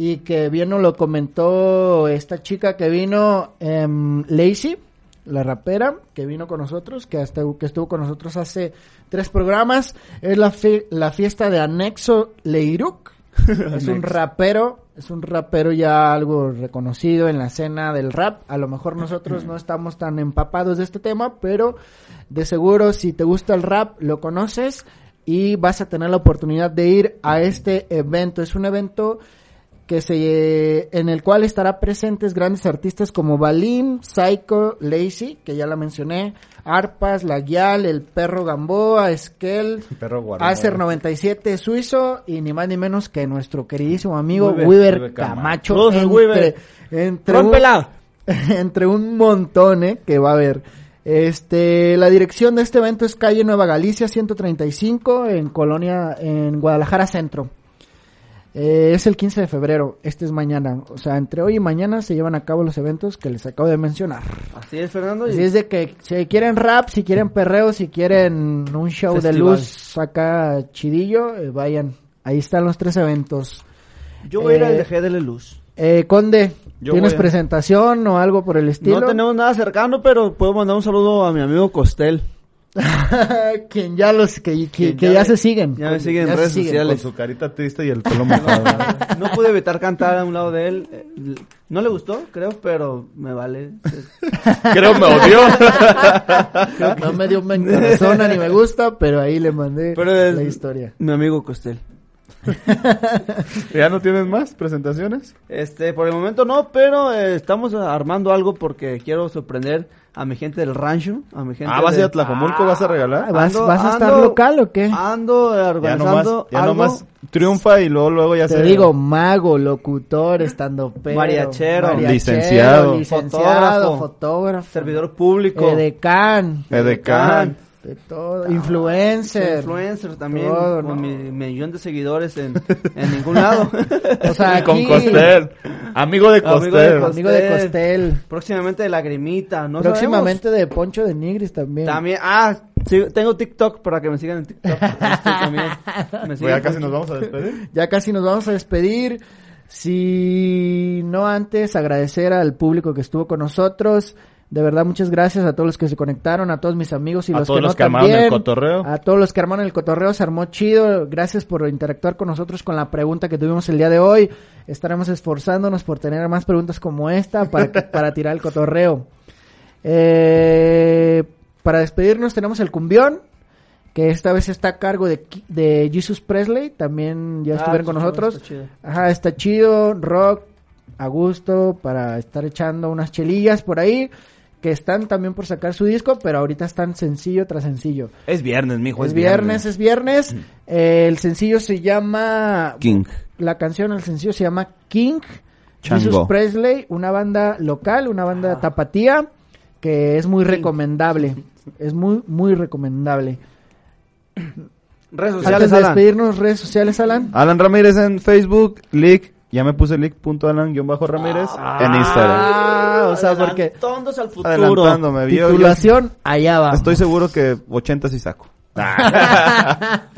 Y que bien nos lo comentó esta chica que vino, em, Lacey, la rapera, que vino con nosotros, que, hasta, que estuvo con nosotros hace tres programas. Es la, fi- la fiesta de Anexo Leiruk. es un Anexo. rapero, es un rapero ya algo reconocido en la escena del rap. A lo mejor nosotros no estamos tan empapados de este tema, pero de seguro si te gusta el rap lo conoces y vas a tener la oportunidad de ir a este evento. Es un evento que se en el cual estará presentes grandes artistas como Balín, Psycho, Lazy, que ya la mencioné, Arpas, La Guial, El Perro Gamboa, Esquel, Perro guardián. Acer 97 suizo y ni más ni menos que nuestro queridísimo amigo Weaver- Weaver, Weaver Camacho. Camacho. Todos en Weaver. entre, un, Rómpela. entre un montón eh, que va a haber. Este, la dirección de este evento es calle Nueva Galicia 135 en Colonia, en Guadalajara Centro. Eh, es el 15 de febrero, este es mañana. O sea, entre hoy y mañana se llevan a cabo los eventos que les acabo de mencionar. Así es, Fernando. y- Así es de que si quieren rap, si quieren perreo, si quieren un show de Festival. luz acá chidillo, eh, vayan. Ahí están los tres eventos. Yo voy a ir Eh, al de GDL Luz. Eh, Conde, Yo ¿tienes voy a- presentación o algo por el estilo? No tenemos nada cercano, pero puedo mandar un saludo a mi amigo Costel. Quien ya los, que, que- Quien que ya ya, ve- se siguen. ya me siguen en se redes Con sociales. su carita triste y el pelo mojado. No pude evitar cantar a un lado de él. Eh, l- No le gustó, creo, pero me vale. Creo me odió. No me dio me ni me gusta, pero ahí le mandé Pero es- la historia. Mi amigo Costel. ¿Ya no tienes más presentaciones? Este, por el momento no, pero eh, estamos armando algo porque quiero sorprender a mi gente del rancho, a mi gente Ah, ¿vas a ir a del- Tlajomulco? ¿Vas a regalar? ¿Vas, ando- vas a estar ando- local o qué? Ando eh, Ya nomás, organizando ya algo nomás triunfa y luego, luego ya Te se... digo, mago, locutor, estando pero, Mariachero. Licenciado. licenciado, Fotógrafo. fotógrafo, servidor Eh, público, edecán, Edecán. de todo, influencer, influencer también, Todo, no. con mi millón de seguidores en, en ningún lado. o sea, Y con aquí- Costel. Amigo de Amigo de Costel. Costel. amigo de Costel, Próximamente de Lagrimita, no próximamente de Poncho de Nigris también. sabemos. También, ah, sí, tengo TikTok para que me sigan en TikTok. Estoy también. Me Pues ya siguen casi por- nos vamos a despedir. Ya casi nos vamos a despedir. Si no antes, agradecer al público que estuvo con nosotros. De verdad, muchas gracias a todos los que se conectaron, a todos mis amigos y A los todos que no los que armaron el también. cotorreo. A todos los que armaron el cotorreo, se armó chido. Gracias por interactuar con nosotros con la pregunta que tuvimos el día de hoy. Estaremos esforzándonos por tener más preguntas como esta para, que- para tirar el cotorreo. Eh, para despedirnos tenemos el cumbión, que esta vez está a cargo de, Ki- de Jesus Presley, también ya Ah, estuvieron está con chido, nosotros. está chido. Ajá, está chido, rock, a gusto, para estar echando unas chelillas por ahí, que están también por sacar su disco, pero ahorita están sencillo tras sencillo. Es viernes, mijo. es viernes, es viernes, eh, el sencillo se llama... King. La canción, el sencillo se llama King. Chango. Jesus Presley, una banda local, una banda tapatía, que es muy recomendable. Es muy, muy recomendable. Redes Antes sociales, de Alan. despedirnos, redes sociales, Alan. Alan Ramírez en Facebook, Lick, ya me puse Lick.alan-ramírez en Instagram. Ah, o sea, porque Tontos al futuro. Adelantándome, Ah, vio, yo- titulación Ah, allá va. Estoy seguro que 80 sí saco.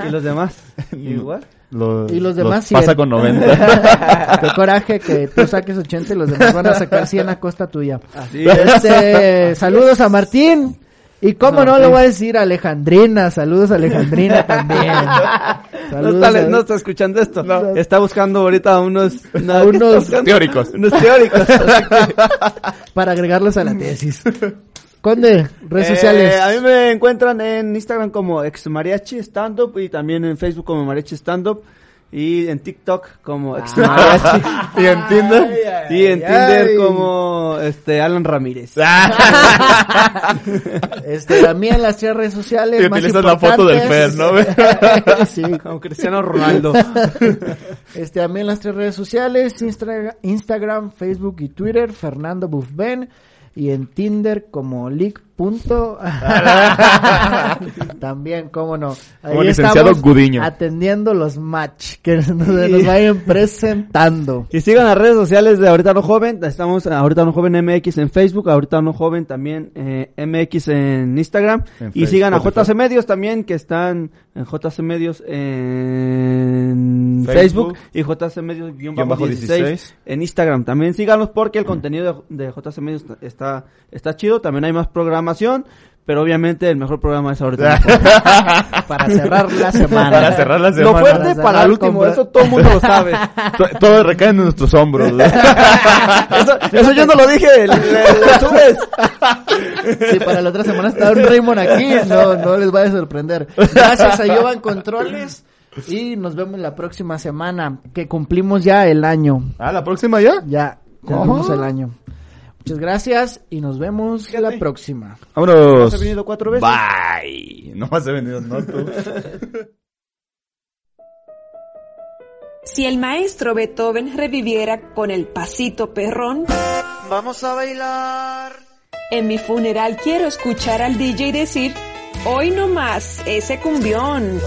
¿Y los demás? Igual. Lo- Y los lo demás sí. Pasa con 90. Qué coraje que tú saques 80 y los demás van a sacar 100 a costa tuya. Así es. Este, saludos a Martín. Y cómo no, le voy a decir a Alejandrina. Saludos a Alejandrina también. No Saludos está, a- no está escuchando esto. Está buscando ahorita unos, a unos Teóricos. unos teóricos. para agregarlos a la Mm. tesis. Conde, redes Eh, sociales. A mí me encuentran en Instagram como ex mariachi stand up y también en Facebook como mariachi stand up y en TikTok como ex mariachi ¿Y en Tinder? y en Ah. ay. Tinder como este Alan Ramírez. Este, también las tres redes sociales. Y más utilizas la foto del importantes. Fer, sí. Como Cristiano Ronaldo. Este, también las tres redes sociales, Instra- Instagram, Facebook y Twitter, Fernando Bufben. Y en Tinder como leak. punto. También, cómo no. Ahí Como licenciado Gudiño. atendiendo los match que nos, nos vayan presentando. Y sigan las redes sociales de Ahorita No Joven. Estamos en Ahorita No Joven MX en Facebook, Ahorita No Joven también eh, MX en Instagram. En y Facebook, sigan a Spotify. JC Medios también, que están en JC Medios en Facebook. Facebook, y JC Medios Guión guión bajo bajo 16, 16. en Instagram. También síganos porque el contenido de, de JC Medios está, está chido. También hay más programación, pero obviamente el mejor programa es Ahorita No Joven. Para cerrar la semana. Para cerrar la Lo semana. fuerte para el último, Compra- eso todo el mundo lo sabe. To- Todo recae en nuestros hombros. Eso, eso yo no lo dije, le- le- lo subes. Si para la otra semana está un Raymond aquí, no, no les vaya a sorprender. Gracias a Jovan Controles y nos vemos la próxima semana, que cumplimos ya el año. Ah, la próxima ya. Ya, cumplimos el año. Muchas gracias y nos vemos la próxima. Vámonos. He venido cuatro veces. Bye. No más he venido, no tú. Si el maestro Beethoven reviviera con el pasito perrón, Vamos a bailar. en mi funeral quiero escuchar al DJ decir, hoy no más, ese cumbión.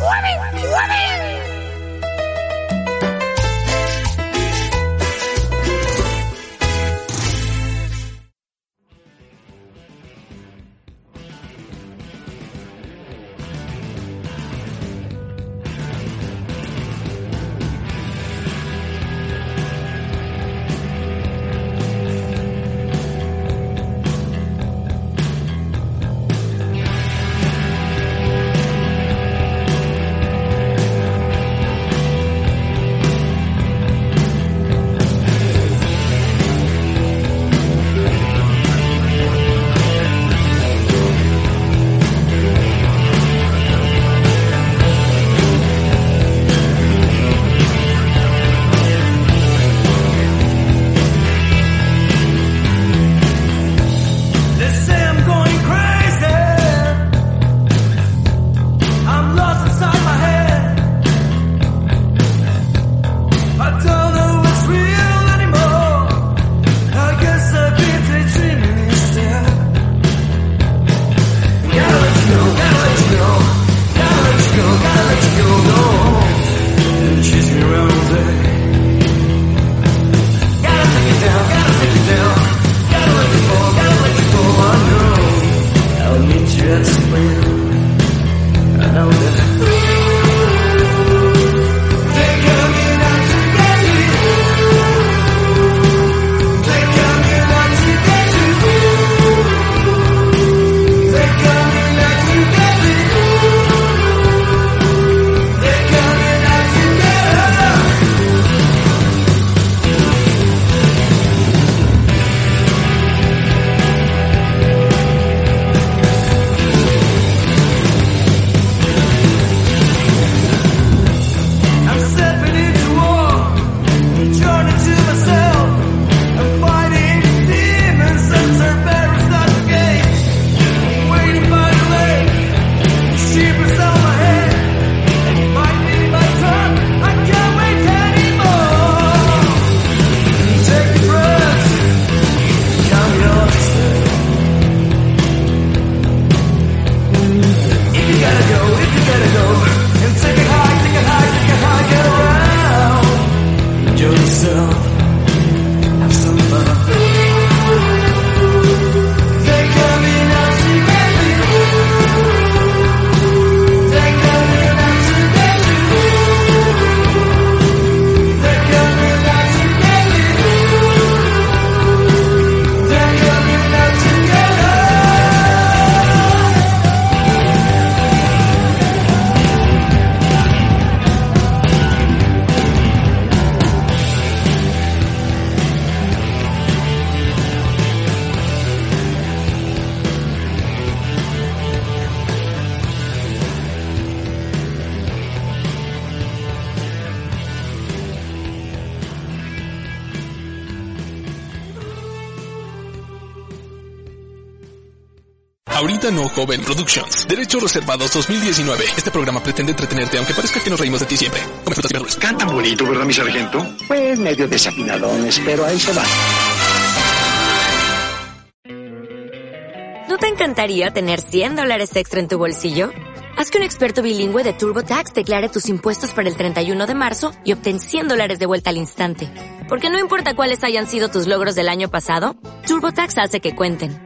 Vamos a bailar. Ahorita no, joven. Productions. Derechos reservados 2019. Este programa pretende entretenerte, aunque parezca que nos reímos de ti siempre. Come frutas y verduras. Cantan bonito, ¿verdad, mi sargento? Pues medio desafinadones, pero ahí se va. ¿No te encantaría tener 100 dólares extra en tu bolsillo? Haz que un experto bilingüe de TurboTax declare tus impuestos para el 31 de marzo y obtén 100 dólares de vuelta al instante. Porque no importa cuáles hayan sido tus logros del año pasado, TurboTax hace que cuenten.